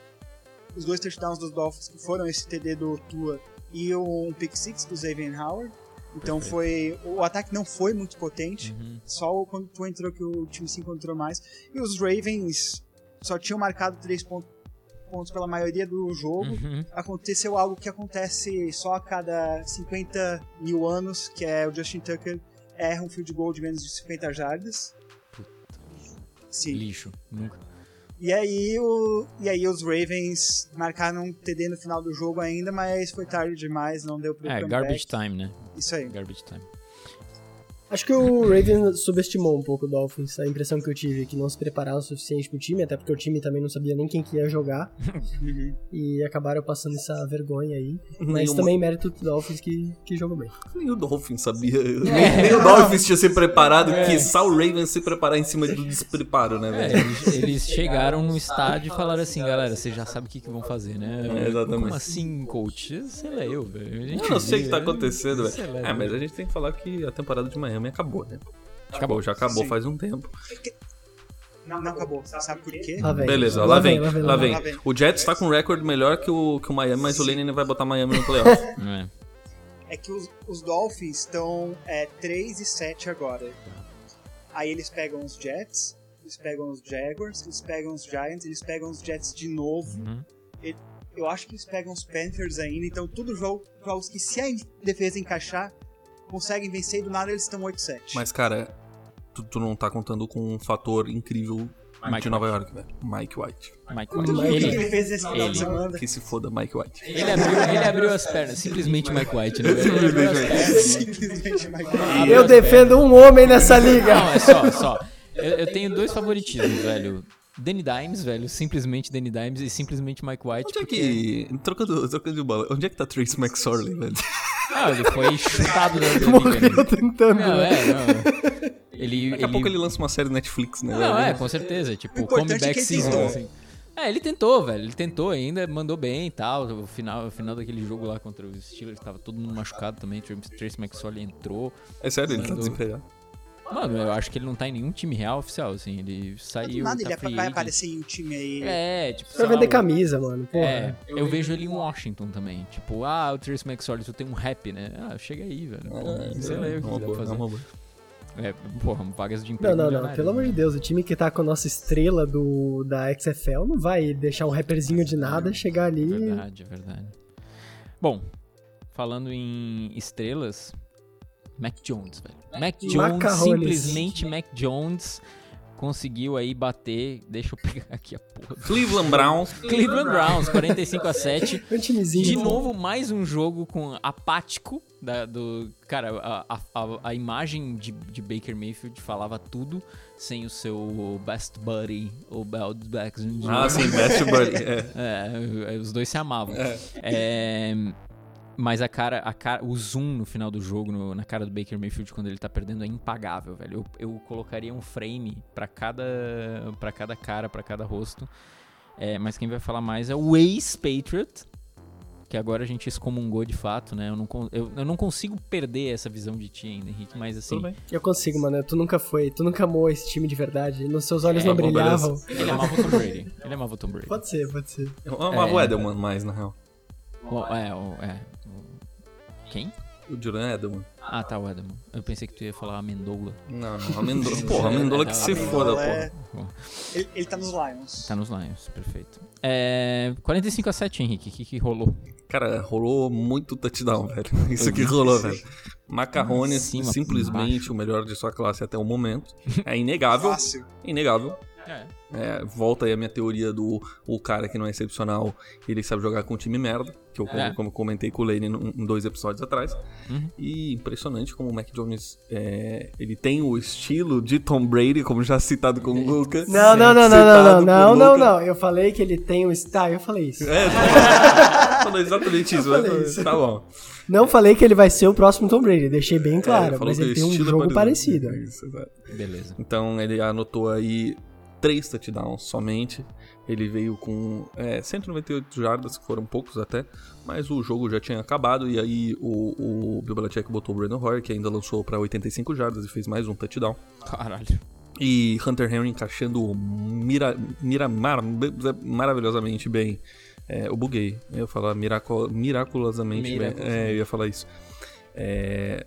os dois touchdowns dos Dolphins que foram esse TD do Tua e um pick six do Xavier Howard. Então foi o ataque não foi muito potente. Uhum. Só quando tu entrou que o time se encontrou mais. E os Ravens só tinham marcado três pon- pontos pela maioria do jogo. Uhum. Aconteceu algo que acontece só a cada 50 mil anos, que é o Justin Tucker erra um field goal de menos de 50 jardas. Sim. Lixo. Nunca. E aí, o, e aí os Ravens marcaram um TD no final do jogo ainda, mas foi tarde demais, não deu pro É, comeback. garbage time, né? Isso aí. Garbage time. Acho que o Ravens subestimou um pouco o Dolphins. A impressão que eu tive é que não se prepararam o suficiente pro time, até porque o time também não sabia nem quem que ia jogar. Uhum. E acabaram passando essa vergonha aí. Mas Nenhuma- também mérito do Dolphins que, que jogou bem. Nem o Dolphins sabia. Nem, nem o Dolphins tinha se preparado, É. que só o Ravens se preparar em cima do despreparo, né, É, velho? eles, eles chegaram no estádio e falaram assim, galera, vocês já sabem o que, que vão fazer, né? É, exatamente. Como assim, coach? Sei lá eu, velho. A gente Eu não sei o que tá vê, né? acontecendo, Sei velho. lá, É, mas a gente tem que falar que a temporada de Miami acabou, né? Acabou. já acabou Sim. faz um tempo. Não, não acabou. Sabe por quê? Lá vem. Beleza, lá vem, lá vem. lá vem. lá vem. O Jets tá com um recorde melhor que o, que o Miami, mas o Lenny ainda vai botar Miami no playoff. É. É que os, os Dolphins estão é, 3 e 7 agora. Aí eles pegam os Jets, eles pegam os Jaguars, eles pegam os Giants, eles pegam os Jets de novo. Uhum. E- eu acho que eles pegam os Panthers ainda, então tudo jogo, jogos que se a en- defesa encaixar, conseguem vencer e do nada eles estão 8 e 7. mas, cara, tu, tu não tá contando com um fator incrível Mike de Nova York, velho. Mike White. É, Mike Tudo White. bem, o que que Ele, ele fez nesse final ele- de semana? Que se foda Mike White. ele abriu, ele abriu as pernas. Simplesmente Mike White, né? Simplesmente mais nada. Meu Eu Deus, defendo um homem nessa liga. Não, é só, só. Eu, eu tenho dois favoritismos, velho. Danny Dimes, velho. Simplesmente Danny Dimes e simplesmente Mike White. Onde é que. Trocando, trocando de bola, onde é que tá Trace McSorley, velho? Ah, ele foi chutado da da liga. né? Morreu tentando, Não, né? é, não. Ele, Daqui a pouco ele lança uma série Netflix, né? Não, velho? é, com certeza. Tipo, O importante é comeback que ele season, tentou. assim. É, ele tentou, velho. Ele tentou ainda, mandou bem e tal. O final, o final daquele jogo lá contra os Steelers, tava todo mundo machucado também. Trace Trace McSorley entrou. É sério, ele tá Mandou. desempregado. Mano, eu acho que ele não tá em nenhum time real oficial, assim. Ele Do saiu, nada ele tá apa- free vai agent. aparecer em um time aí. É, tipo, Pra sei lá, vender o- camisa, mano. Porra. É, eu, vejo ele em Washington também. Tipo, ah, o Trace McSorley, tu tem um rap, né? Ah, chega aí, velho. Pô, Ah, sei lá o é que uma ele vai boa, é fazer. uma boa. É, porra, vagas de Não, emprego. não, não. milionárias, Pelo né? amor de Deus, o time que tá com a nossa estrela do, da XFL não vai deixar um rapperzinho de nada chegar ali. É verdade, é verdade. Bom, falando em estrelas, Mac Jones, velho. Mac Jones, Macarrones. simplesmente Mac Jones conseguiu aí bater. Deixa eu pegar aqui a porra. Cleveland Browns. Cleveland Browns, 45 a 7. Um timezinho. De novo, mais um jogo com apático. da- do, cara, a, a- a- a imagem de, de Baker Mayfield falava tudo sem o seu best buddy, o Bell Jackson. Jr. Ah, sim, Best Buddy. É. É, os dois se amavam. É, mas a cara, a cara, o zoom no final do jogo, no- na cara do Baker Mayfield quando ele tá perdendo é impagável, velho. Eu, eu colocaria um frame pra cada, para cada cara, pra cada rosto. É, mas quem vai falar mais é o ex-Patriot, que agora a gente excomungou de fato, né? Eu não, con- eu, eu não consigo perder essa visão de ti ainda, Henrique, mas assim. Tudo bem. Eu consigo, mano. Tu nunca foi. Tu nunca amou esse time de verdade. Nos seus olhos É, não bom, brilhavam. Ele amava o Tom Brady. Ele amava o Tom Brady. Pode ser, pode ser. Eu amava o É. Edelman mais, na real. O- é, o- é, o- Quem? O Duran Edelman. Ah, tá, o Edelman. Eu pensei que tu ia falar a Mendola. Não, não. A Mendola. porra, a Mendola que se Então, foda, é- porra. Ele, ele tá nos Lions. Tá nos Lions, perfeito. É, 45 a 7, Henrique, o que, que rolou? Cara, rolou muito touchdown, velho. Isso que rolou, velho. Macarrone, Cima, simplesmente o melhor de sua classe até o momento. É inegável, Fácil. inegável. É. É, volta aí a minha teoria do o cara que não é excepcional, ele sabe jogar com um time merda, que eu, como- É. como eu comentei com o Lane num- em dois episódios atrás. Uhum. E impressionante como o Mac Jones, é, ele tem o estilo de Tom Brady, como já citado com É. o Lucas. Não, não, não, não, tá Citado não, não, com não, o não, Lucas. não. Eu falei que ele tem um. Tá, eu falei isso. É, falou é exatamente isso, falei mas isso. tá bom. Não falei que ele vai ser o próximo Tom Brady, deixei bem claro. É, falou mas que ele o tem um estilo é jogo parecido. Isso, é exato. Beleza. Então ele anotou aí três touchdowns somente. Ele veio com é, 198 jardas, que foram poucos até, mas o jogo já tinha acabado e aí o, o Bill Belichick botou o Brandon Hoyer, que ainda lançou para 85 jardas e fez mais um touchdown. Caralho. E Hunter Henry encaixando mira, mira, mar- maravilhosamente bem. É, eu buguei, eu ia falar miracu- miraculosamente bem. Miraculosamente. É, eu ia falar isso. É,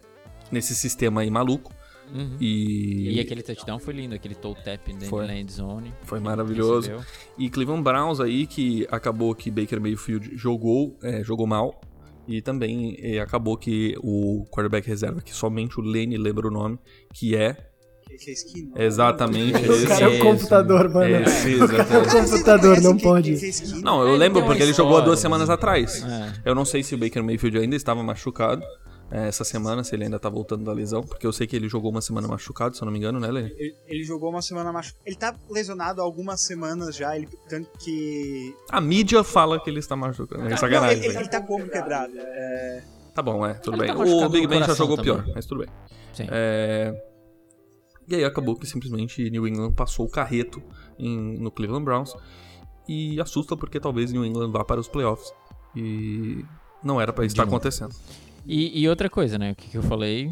nesse sistema aí maluco. Uhum. E, E aquele touchdown foi lindo, aquele toe tap dentro Foi. da end zone. Foi Ele maravilhoso. recebeu. E Cleveland Browns aí, que acabou que Baker Mayfield jogou, é, jogou mal. E também eh, acabou que o quarterback reserva, que somente o Lane lembra o nome, que é Que- que esquina. exatamente O cara esse. é um computador, mano. Esse, O é exatamente. computador não Quem- pode. quem fez esquina? Não, eu Ele lembro tem porque uma ele jogou há duas história. semanas atrás. É. Eu não sei se o Baker Mayfield ainda estava machucado eh, essa semana, se ele ainda tá voltando da lesão, porque eu sei que ele jogou uma semana machucado, se eu não me engano, né, Lane? Ele, ele jogou uma semana machucado. Ele tá lesionado há algumas semanas já, ele tanto que. A mídia fala que ele está machucado. É Não, sacanagem. ele, ele, né? ele tá como quebrado. É, Tá bom, é, tudo Ele bem. tá machucado o Big no Ben já coração jogou também. pior, mas tudo bem. Sim. É, E aí acabou que simplesmente New England passou o carreto em- no Cleveland Browns. E assusta porque talvez New England vá para os playoffs. E não era pra estar novo. acontecendo. E, e outra coisa, né? O que, que eu falei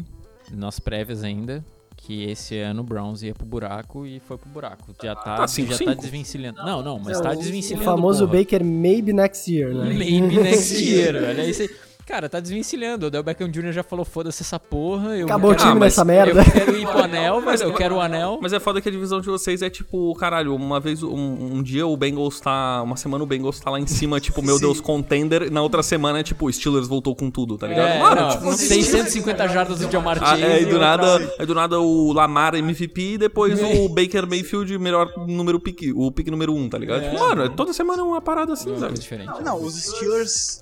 nas prévias ainda, que esse ano o Browns ia pro buraco e foi pro buraco. Já tá, tá já 5-5. tá desvencilhando. Não, não, mas É, tá o- desvencilhando. O famoso porra. Baker maybe next year, né? Maybe next year, velho. Aí você- né? Cara, tá desvencilhando. O Del Beckham Jr. já falou, foda-se essa porra. Eu Acabou o quero- Ah, time mas nessa merda. Eu quero ir pro anel, mas eu quero o anel. Mas é foda que a divisão de vocês é tipo, caralho, uma vez, um, um dia o Bengals tá. Uma semana o Bengals tá lá em cima, tipo, meu Sim. Deus, contender. e Na outra semana é tipo, o Steelers voltou com tudo, tá ligado? É, Mano, não, tipo, não tem 650 jardas do Jamar ah, Chase. é, e do outra- nada, aí do nada o Lamar MVP e depois o Baker Mayfield, melhor número pique, o pique número 1, um, tá ligado? Tipo, mano, é toda semana é uma parada assim, Coisa sabe? diferente. Não, não, os Steelers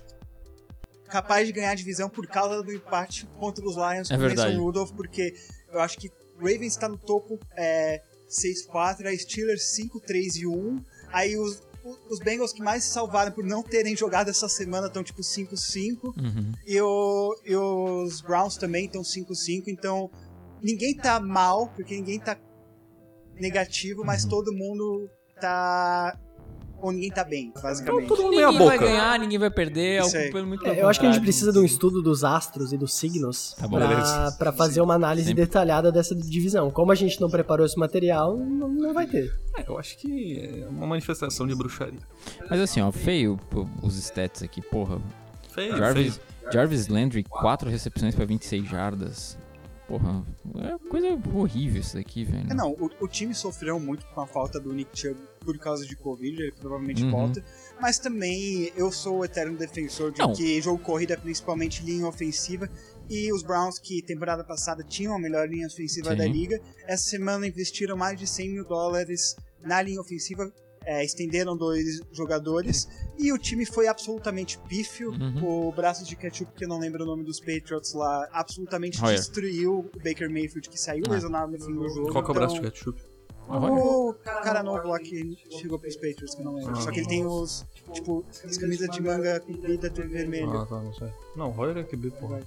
capaz de ganhar a divisão por causa do empate contra os Lions É com o verdade. Mason Rudolph, porque eu acho que Ravens tá no topo é, 6-4, aí Steelers 5-3 e 1, aí os, o- os Bengals que mais se salvaram por não terem jogado essa semana estão tipo 5-5, Uhum. e, o- e os Browns também estão 5-5, então ninguém tá mal, porque ninguém tá negativo, mas todo mundo tá... ou ninguém tá bem, Então basicamente. todo mundo meia Ninguém vai boca. ganhar, ninguém vai perder. Isso algo aí. pelo muito pelo É, Eu acho que a gente contrário. precisa de um estudo dos astros e dos signos Tá bom, pra, beleza. pra fazer uma análise Sempre. detalhada dessa divisão. Como a gente não preparou esse material, não, não vai ter. É, eu acho que é uma manifestação de bruxaria. Mas assim, ó, feio pô, os stats aqui, porra. Feio, feio. Jarvis, Jarvis Landry, 4 recepções pra 26 jardas. Porra, é coisa horrível isso daqui, velho. É, Não, o, o time sofreu muito com a falta do Nick Chubb por causa de Covid, ele provavelmente Uhum. volta. Mas também eu sou o eterno defensor de Não. que jogo corrida é principalmente linha ofensiva. E os Browns, que temporada passada tinham a melhor linha ofensiva Sim. da liga, essa semana investiram mais de 100 mil dólares na linha ofensiva, é, estenderam dois jogadores. E o time foi absolutamente pífio. Uhum. O braço de ketchup, que eu não lembro o nome dos Patriots lá, absolutamente Hoyer. destruiu o Baker Mayfield, que saiu Ah. lesionado no fim do jogo. Qual que é o então- braço de ketchup? o cara novo lá que chegou pros Patriots, que eu não lembro. Ah. Só que ele tem os, tipo, as camisas de manga comprida, tudo vermelho. Ah, tá, não sei. Não, Royer é QB, porra.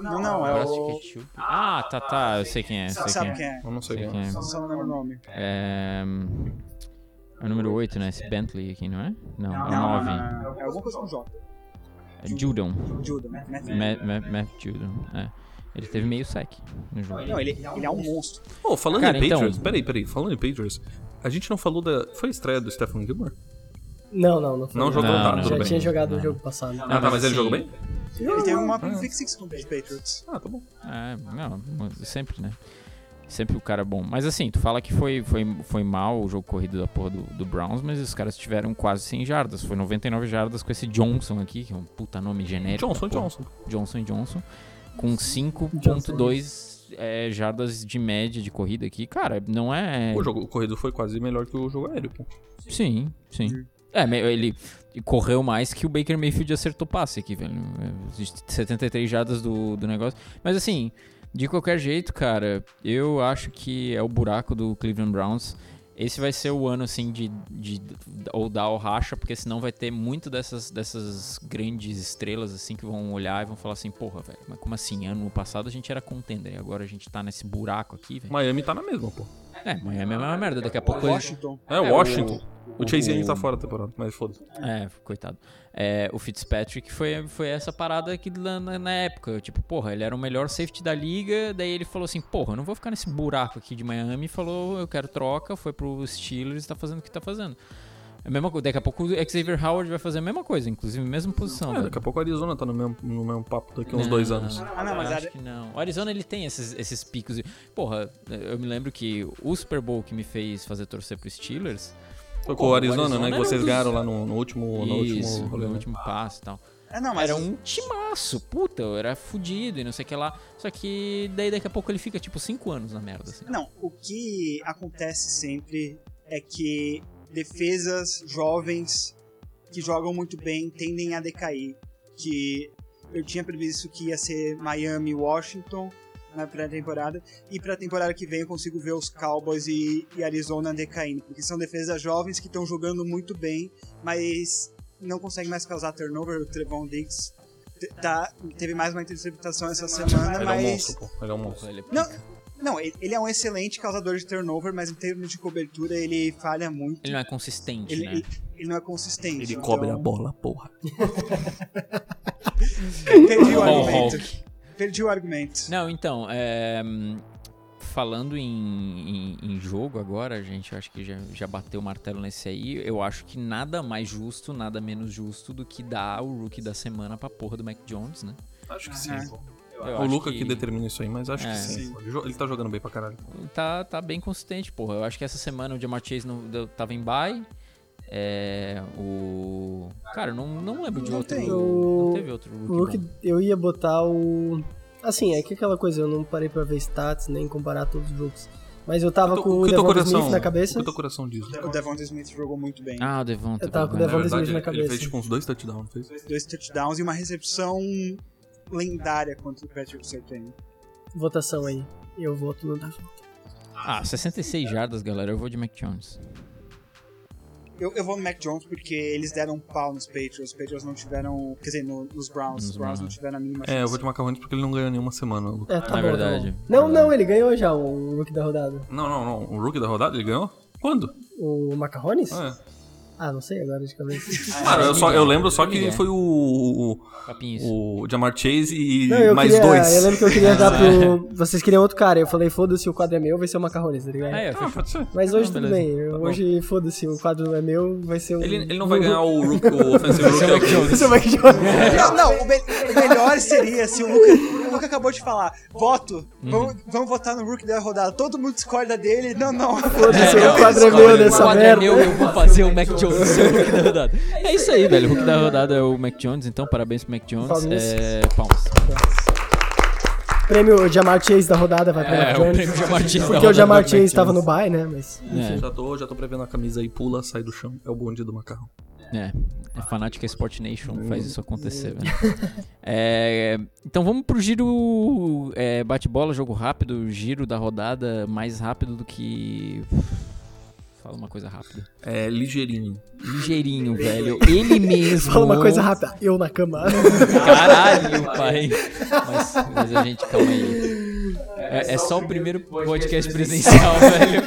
Não, não, é Abraço de o... ketchup. Ah, tá, tá, eu sei quem é, eu sei quem Sabe é. quem é? Eu não sei Sei quem é. quem é. Só não lembro o nome. É, hum, é o número 8, né? Esse Bentley aqui, não é? Não, um é o Não, 9. não, não. É alguma coisa com J. É Judon. Judah, né? Ma- Ma- Matt Judon, é. Ele teve meio sec no jogo. Não, ele, ele é um monstro. Ô, falando Cara, em então- Patriots, peraí, peraí, falando em Patriots, a gente não falou da. Foi a estreia do Stephen Gilmore? Não, não, não foi. Não jogou, tá, não, tudo Já bem. tinha jogado Não. o jogo passado. Ah, tá, mas ele Sim. jogou bem? Ele um teve uma pick six contra os Patriots. Ah, tá bom. É, não, mas sempre, né? Sempre o cara é bom. Mas assim, tu fala que foi, foi, foi mal o jogo corrido da porra do, do Browns, mas os caras tiveram quase 100 jardas. Foi 99 jardas com esse Johnson aqui, que é um puta nome genérico. Johnson, da porra. Johnson. Johnson Johnson, com 5.2 é, jardas de média de corrida aqui. Cara, não é... O jogo o corrido foi quase melhor que o jogo aéreo, pô. Sim, sim. É, me- ele correu mais que o Baker Mayfield acertou passe aqui, velho. É, 73 jardas do, do negócio. Mas assim, de qualquer jeito, cara, eu acho que é o buraco do Cleveland Browns. Esse vai ser o ano, assim, de, de ou dar ou racha, porque senão vai ter muito dessas, dessas grandes estrelas, assim, que vão olhar e vão falar assim, porra, velho, mas como assim? Ano passado a gente era contender e agora a gente tá nesse buraco aqui, velho. Miami tá na mesma, pô. É, Miami é a mesma merda, daqui a pouco... eles- Washington. É, o É, Washington. O, Tá o- Chase Young tá fora da temporada, mas foda-se. É, coitado. É, o Fitzpatrick foi, foi essa parada que na, na- na época. Tipo, porra, ele era o melhor safety da liga. Daí ele falou assim: porra, eu não vou ficar nesse buraco aqui de Miami. Falou, eu quero troca. Foi pro Steelers e tá fazendo o que tá fazendo. É a mesma coisa. Daqui a pouco o Xavier Howard vai fazer a mesma coisa, inclusive, mesma posição. É, velho. daqui a pouco o Arizona tá no mesmo, no mesmo papo daqui a uns Não, dois anos. Ah, não, mas eu a- acho que não. O Arizona ele tem esses, esses picos. de- Porra, eu me lembro que o Super Bowl que me fez fazer torcer pro Steelers. Foi com Pô, o o Arizona, né? Arizona Que vocês era um ganharam lá no, no último, no Isso, último rolê. no né? último passo e tal. É, não, mas Era um timaço, puta, eu era fudido e não sei o que lá. Só que daí daqui a pouco ele fica tipo 5 anos na merda, assim. Não, o que acontece sempre é que defesas jovens que jogam muito bem tendem a decair. Que eu tinha previsto que ia ser Miami e Washington na pré-temporada. E pra temporada que vem eu consigo ver os Cowboys e, e Arizona decaindo. Porque são defesas jovens que estão jogando muito bem, mas não conseguem mais causar turnover. O Trevon Diggs te- tá- teve mais uma interceptação essa semana, Ele é um mas monstro, pô. Ele é um monstro. Ele é pica. não, não, ele ele é um excelente causador de turnover, mas em termos de cobertura ele falha muito. Ele não é consistente, Ele, né? ele- ele não é consistente. Ele então- cobre a bola, porra. Perdi o Paul argumento. Hawk. Perdi o argumento. Não, então, é. hum, falando em, em, em jogo agora, gente, eu acho que já, já bateu o martelo nesse aí. Eu acho que nada mais justo, nada menos justo do que dar o rookie da semana pra porra do Mac Jones, né? Acho que sim. É. pô. Eu o acho Luca que... determina isso aí, mas acho É. que sim. Sim. pô. Ele jo- Ele tá jogando bem pra caralho. tá, tá bem consistente, porra. Eu acho que essa semana o Jamar Chase não, deu- tava em bye. É, o. Cara, eu não, não lembro de Não outro. tem. Não teve outro O rookie. Luke, bom. eu ia botar o. Assim, é que aquela coisa, eu não parei pra ver stats, nem comparar todos os jogos. Mas eu tava O- com o o, que o teu Devonta coração, Smith na O cabeça. que teu coração diz? né? O Devonta Smith jogou muito bem. Ah, o Devonta. Eu tava com o verdade. Na Devonta verdade, Smith na ele- ele fez cabeça. tipo uns dois touchdowns, não fez? Dois touchdowns e uma recepção lendária contra o Patrick Sertain. Votação aí. Eu voto no Devonta. Ah, 66 jardas, galera. Eu vou de Mac Jones. Eu, eu vou no Mac Jones porque eles deram um pau nos Patriots. Os Patriots não tiveram. Quer dizer, no- nos Browns. Nos os Browns não Browns. tiveram a mínima chance. É, eu vou de macarrones porque ele não ganhou nenhuma semana. Luca. É, tá Na bom, verdade. tá bom. Não, não, ele ganhou já o Luke da rodada. Não, não, não. O rookie da rodada ele ganhou? Quando? O Macarrones? Ah, é. Ah, não sei agora de cabeça. Cara, eu, só, eu lembro só Miguel. que foi o, Papinhos. o, o Jamar Chase e Não, eu mais queria. dois. Eu lembro que eu queria dar pro. Vocês queriam outro cara. Eu falei, foda-se, o quadro é meu, vai ser o Macarrones, tá ligado? Ah, é, Ah, fechou. pode ser. Mas hoje Ah, tudo beleza. bem. eu- Tá bom. hoje, foda-se, o quadro é meu, vai ser o. Ele, ele não vai ganhar o, rookie, é o Offensive Rookie Mac of the Year. Vai ser o Mac Jones. Não, não, o, me- o melhor seria se o Luca, o Luca acabou de falar, voto, Uhum. vamos, vamos votar no Rook da rodada, todo mundo discorda dele, não, não. Foda-se, o quadro é escolhe, meu né? O dessa quadro é merda. meu, eu vou fazer o Mac Jones ser o Hulk da rodada. É isso aí, velho. O Hulk da rodada é o Mac Jones, então parabéns pro Mac Jones. Palmas. É, palmas. Prêmio Jamar Chase da rodada vai pra É, Mac o Jones. prêmio Jamar Chase da Porque o rodada é Jamar pro Mac Chase tava no Jones. bye, né? Mas. É. Já tô, já tô prevendo a camisa aí, pula, sai do chão. É o bonde do macarrão. É, a fanática Sport Nation faz isso acontecer, velho. É, então vamos pro giro é, bate-bola, jogo rápido, giro da rodada mais rápido do que. Fala uma coisa rápida. É ligeirinho. Ligeirinho, velho. Ele mesmo. Fala uma coisa rápida. Eu na cama. Caralho, pai. Mas, mas a gente, calma aí. É, é só o primeiro podcast presencial, velho.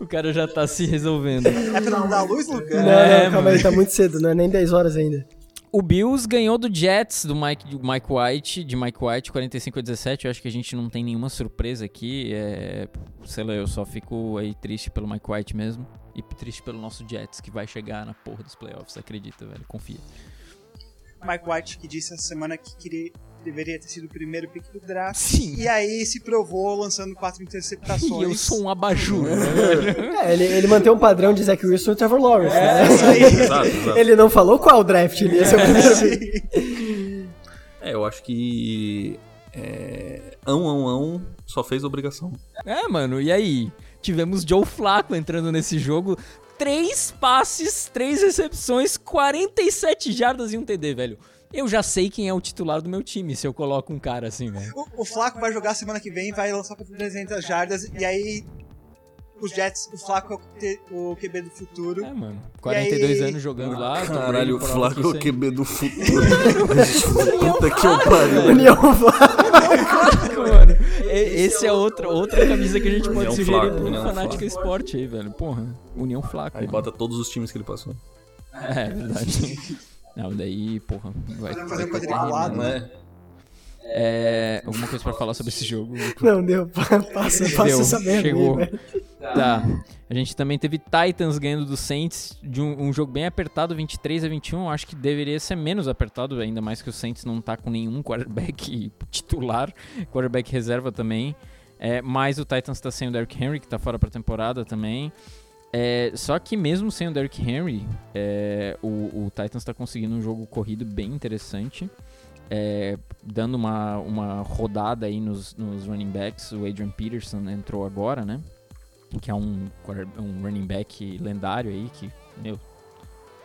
O cara já tá se resolvendo. É pra não dar luz, Luca? Não, não, calma aí, tá muito cedo, não é nem 10 horas ainda. O Bills ganhou do Jets, do Mike, do Mike White, de Mike White, 45 a 17. Eu acho que a gente não tem nenhuma surpresa aqui. É, sei lá, eu só fico aí triste pelo Mike White mesmo. E triste pelo nosso Jets, que vai chegar na porra dos playoffs. Acredita, velho, confia. Mike White que disse essa semana que queria, deveria ter sido o primeiro pick do draft, Sim. e aí se provou lançando quatro interceptações. E eu sou um abajur. né? É, ele, ele mantém um padrão de Zach Wilson e Trevor Lawrence, É né? isso aí. Exato, exato. Ele não falou qual draft ele ia ser o primeiro. É, eu acho que. É, ão, ão, ão, só fez obrigação. É, mano, e aí? Tivemos Joe Flacco entrando nesse jogo. Três passes, três recepções, 47 jardas e um TD, velho. Eu já sei quem é o titular do meu time se eu coloco um cara assim, velho. O, o Flaco vai jogar semana que vem, vai lançar pra 300 jardas, e aí os Jets, o Flaco é o Q- o QB do futuro. É, mano. 42 E aí? anos jogando lá. um Tom Brady Caralho, o prova Flávio é que o isso aí- QB do futuro. tipo, Puta que eu pariu. União Flávio. Mano, e- esse é outra, outra camisa que a gente pode União sugerir Flaco, pro União Fanática Flaco. Esporte aí, velho. Porra, União Flaco. Aí mano. bota todos os times que ele passou. É, é verdade. Não, daí, porra, vai. Fazer vai um quadrilho cortar, lado, mano. Né? É, alguma coisa pra falar sobre esse jogo? Não, deu. pa- Passa, passa Deu, essa merda aí, né? chegou. velho. Tá. A gente também teve Titans ganhando do Saints, de um, um jogo bem apertado, 23 a 21. Acho que deveria ser menos apertado, ainda mais que o Saints não tá com nenhum quarterback titular, quarterback reserva também. É, mas o Titans tá sem o Derrick Henry, que tá fora pra temporada também. É, só que mesmo sem o Derrick Henry, é, o, o Titans tá conseguindo um jogo corrido bem interessante. É, dando uma, uma rodada aí nos, nos running backs, o Adrian Peterson entrou agora, né? que é um, quarter- um running back lendário aí, que, meu,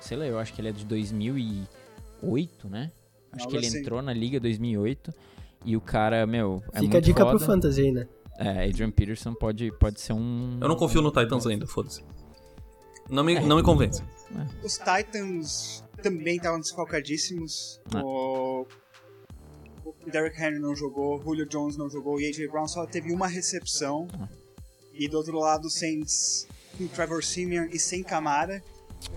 sei lá, eu acho que ele é de 2008, né? Acho Algo que ele assim. entrou na liga 2008 e o cara, meu, é Fica muito a dica foda. pro fantasy aí, né? É, Adrian Peterson pode, pode ser um... Eu não confio no Titans ainda, foda-se. Não me, não me convence. Os Titans também estavam desfalcadíssimos. Ah. O... o Derrick Henry não jogou, o Julio Jones não jogou, e AJ Brown só teve uma recepção. Ah. E do outro lado, sem com Trevor Simeon e sem Camara.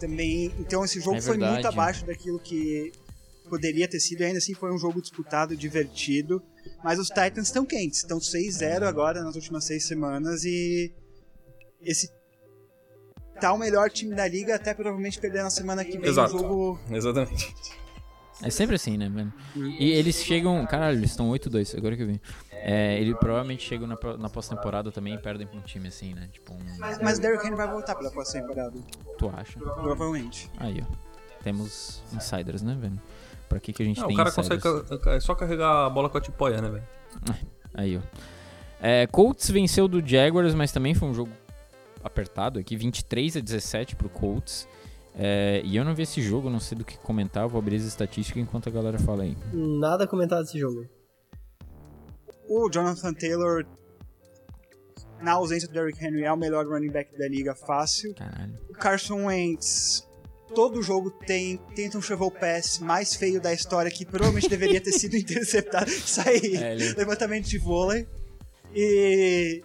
Também, então esse jogo É foi verdade. muito abaixo daquilo que poderia ter sido, e ainda assim foi um jogo disputado, divertido. Mas os Titans estão quentes, estão 6-0 agora nas últimas seis semanas e esse tá o melhor time da liga, até provavelmente perder na semana que vem Exato. o jogo. Exatamente. É sempre assim, né, mano? Uhum. E eles chegam. Caralho, eles estão 8-2, agora que eu vi. É, eles provavelmente chegam na, pro- na pós-temporada também e perdem pra um time assim, né? Tipo, um. Mas o Derrick Henry vai voltar pela próxima temporada, Tu acha? provavelmente. Aí, ó. Temos insiders, né, velho? Pra que, que a gente Ah, tem o cara insiders? consegue ca- ca- é só carregar a bola com a tipoia, né, velho? Aí, ó. É, Colts venceu do Jaguars, mas também foi um jogo apertado aqui, 23 a 17 pro Colts. É, e eu não vi esse jogo, não sei do que comentar, vou abrir as estatísticas enquanto a galera fala aí. Nada a comentar desse jogo. O Jonathan Taylor, na ausência do Derrick Henry, é o melhor running back da liga fácil. Caralho. O Carson Wentz, todo jogo tem, tenta um shovel pass mais feio da história, que provavelmente deveria ter sido interceptado. Sair É, ele- levantamento de vôlei. E.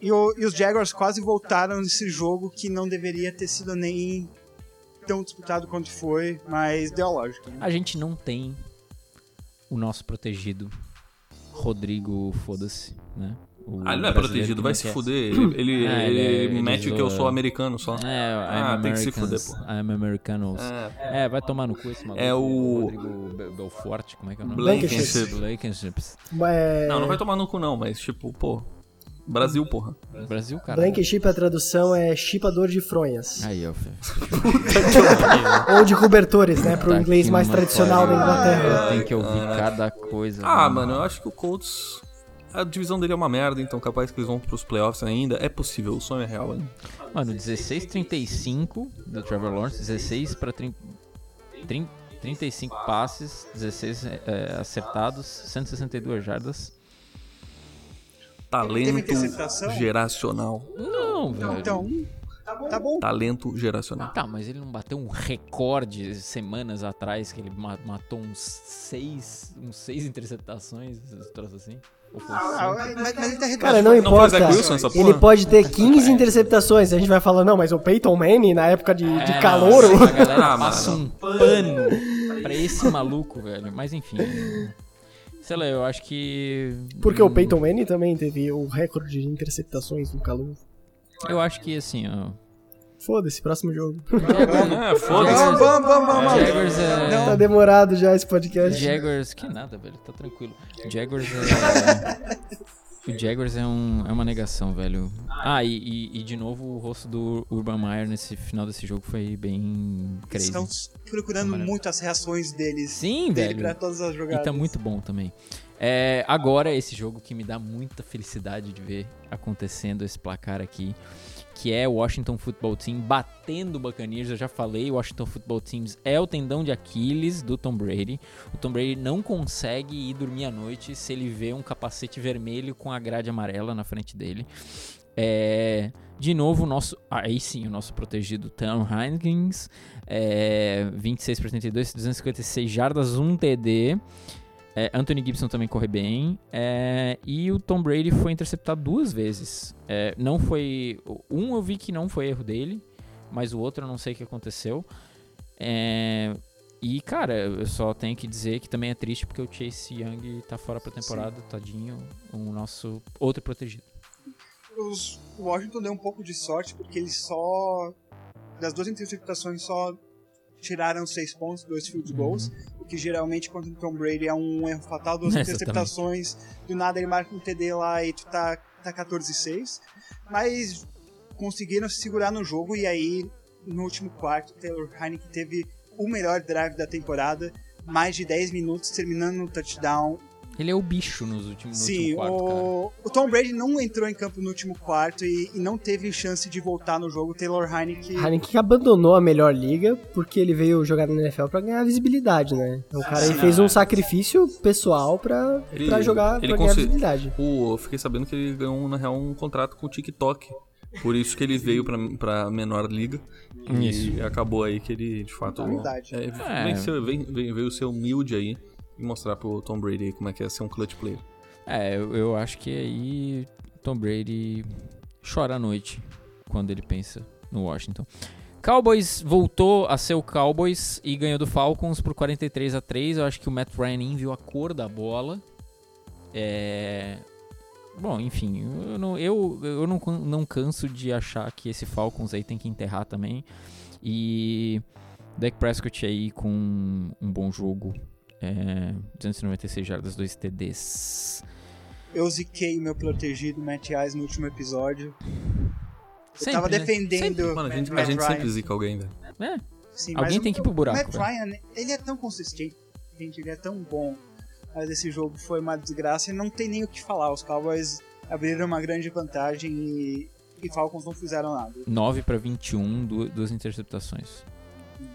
E, o- e os Jaguars quase voltaram nesse jogo que não deveria ter sido nem tão disputado quanto foi, mas deu a lógica. né? A gente não tem o nosso protegido Rodrigo, foda-se, né? O Ah, ele não é brasileiro protegido, que vai não se quer. fuder. Ele, ele, Ah, ele ele- ele mete que eu zoa. sou americano só. É, I'm Ah, tem que se Americans, fuder, I'm Americanos. É, É, vai tomar no cu esse maluco. É o- Rodrigo Be- Belfort, como é que é o nome? Blankenship. Blankenships. Mas, Não, não vai tomar no cu, não, mas tipo, pô. Brasil, porra. Brasil, cara. Blankenship, a tradução é chipador de fronhas. Aí, ó. filho. Ou de cobertores, né? Pro Tá inglês aqui, mais mano, tradicional da cara. Inglaterra. Eu É. tenho que ouvir cada coisa. Ah, mano, eu acho que o Colts. A divisão dele é uma merda, então capaz que eles vão pros playoffs ainda. É possível, o sonho é real. Né? Mano, 16,35 do Trevor Lawrence, 16 pra 30, 30, 35 passes, 16 é, acertados, 162 jardas. Talento interceptação? geracional. Não, velho. Então, tá bom. Talento geracional. Tá, mas ele não bateu um recorde semanas atrás que ele ma- matou uns seis, uns seis interceptações, esses troços assim? Ou foi Ah, cinco? mas, mas ele tá Cara, rebaixado. não Não foi o importa. Zach Wilson essa Ele porra? pode Tá ter 15 interceptações. A gente vai falar, não, mas o Peyton Manning na época de, É, de não, calouro. A galera Ah, passa um pano pra esse maluco, velho. Mas enfim. Sei lá, eu acho que. Porque o Peyton Manning também teve o recorde de interceptações no calor. Eu acho que assim, ó. Foda-se, próximo jogo. É, Vamos, foda-se. vamos, vamos, vamos. Jaguars é. Tá demorado já é esse podcast. Jaguars. Que nada, velho. Tá tranquilo. Jaguars é. O Jaguars é, um, é uma negação, velho. Ah, e, e- e de novo o rosto do Urban Meyer nesse final desse jogo foi bem crazy. Estão procurando muito as reações deles. Sim, dele velho. pra todas as E jogadas. tá muito bom também. É, agora, esse jogo que me dá muita felicidade de ver acontecendo esse placar aqui, que é o Washington Football Team batendo o Buccaneers. Eu já falei, o Washington Football Teams é o tendão de Aquiles do Tom Brady. O Tom Brady não consegue ir dormir à noite se ele vê um capacete vermelho com a grade amarela na frente dele. É, de novo, o nosso, aí sim, o nosso protegido Tom Hankins, é, 26 para 32, 256 jardas, 1 TD. É, Anthony Gibson também corre bem. É, e o Tom Brady foi interceptado duas vezes. É, não foi. Um eu vi que não foi erro dele, mas o outro eu não sei o que aconteceu. É, e, cara, eu só tenho que dizer que também é triste porque o Chase Young tá fora pra temporada, tadinho. O nosso outro protegido. Os, o Washington deu um pouco de sorte, porque eles só. Das duas interceptações, só tiraram seis pontos, dois field goals. O que geralmente, contra o Tom Brady, é um erro fatal. Duas Exatamente. interceptações, do nada ele marca um TD lá e tu tá, tá 14 e 6. Mas conseguiram se segurar no jogo, e aí, no último quarto, o Taylor Heineken teve o melhor drive da temporada. Mais de 10 minutos, terminando no touchdown, Ele é o bicho nos últimos no Sim, último quarto, cara. o... o Tom Brady não entrou em campo no último quarto e, e não teve chance de voltar no jogo. Taylor Heineke. Haneke abandonou a melhor liga porque ele veio jogar na NFL pra ganhar visibilidade, né? Então o cara ele fez um sacrifício pessoal pra, Ele- pra jogar, ele pra ganhar consi- visibilidade. Pô, eu fiquei sabendo que ele ganhou, na real, um contrato com o TikTok. Por isso que ele veio pra, pra menor liga. E acabou aí que ele, de fato, Tá Verdade. é, É. venceu, vem- vem- veio ser humilde aí e mostrar pro Tom Brady aí como é que é ser um clutch player. É, eu, eu acho que aí Tom Brady chora à noite quando ele pensa no Washington. Cowboys voltou a ser o Cowboys e ganhou do Falcons por 43 a 3. Eu acho que o Matt Ryan enviou a cor da bola, É, Bom, enfim, eu, não, eu, eu não, can- não canso de achar que esse Falcons aí tem que enterrar também. E Dak Prescott aí com um bom jogo. É, 296 jardas, 2 TDs. Eu ziquei o meu protegido, Matt Ice, no último episódio. Eu Sempre, tava né? defendendo Sempre. o Mano, a Matt- gente, a Matt gente Ryan. sempre zica alguém, velho. É, Sim, Alguém mas o- tem que ir pro buraco, O Matt velho. Ryan, ele é tão consistente, gente, ele é tão bom. Mas esse jogo foi uma desgraça e não tem nem o que falar. Os Cowboys abriram uma grande vantagem e, e Falcons não fizeram nada. 9 para 21, du- duas interceptações.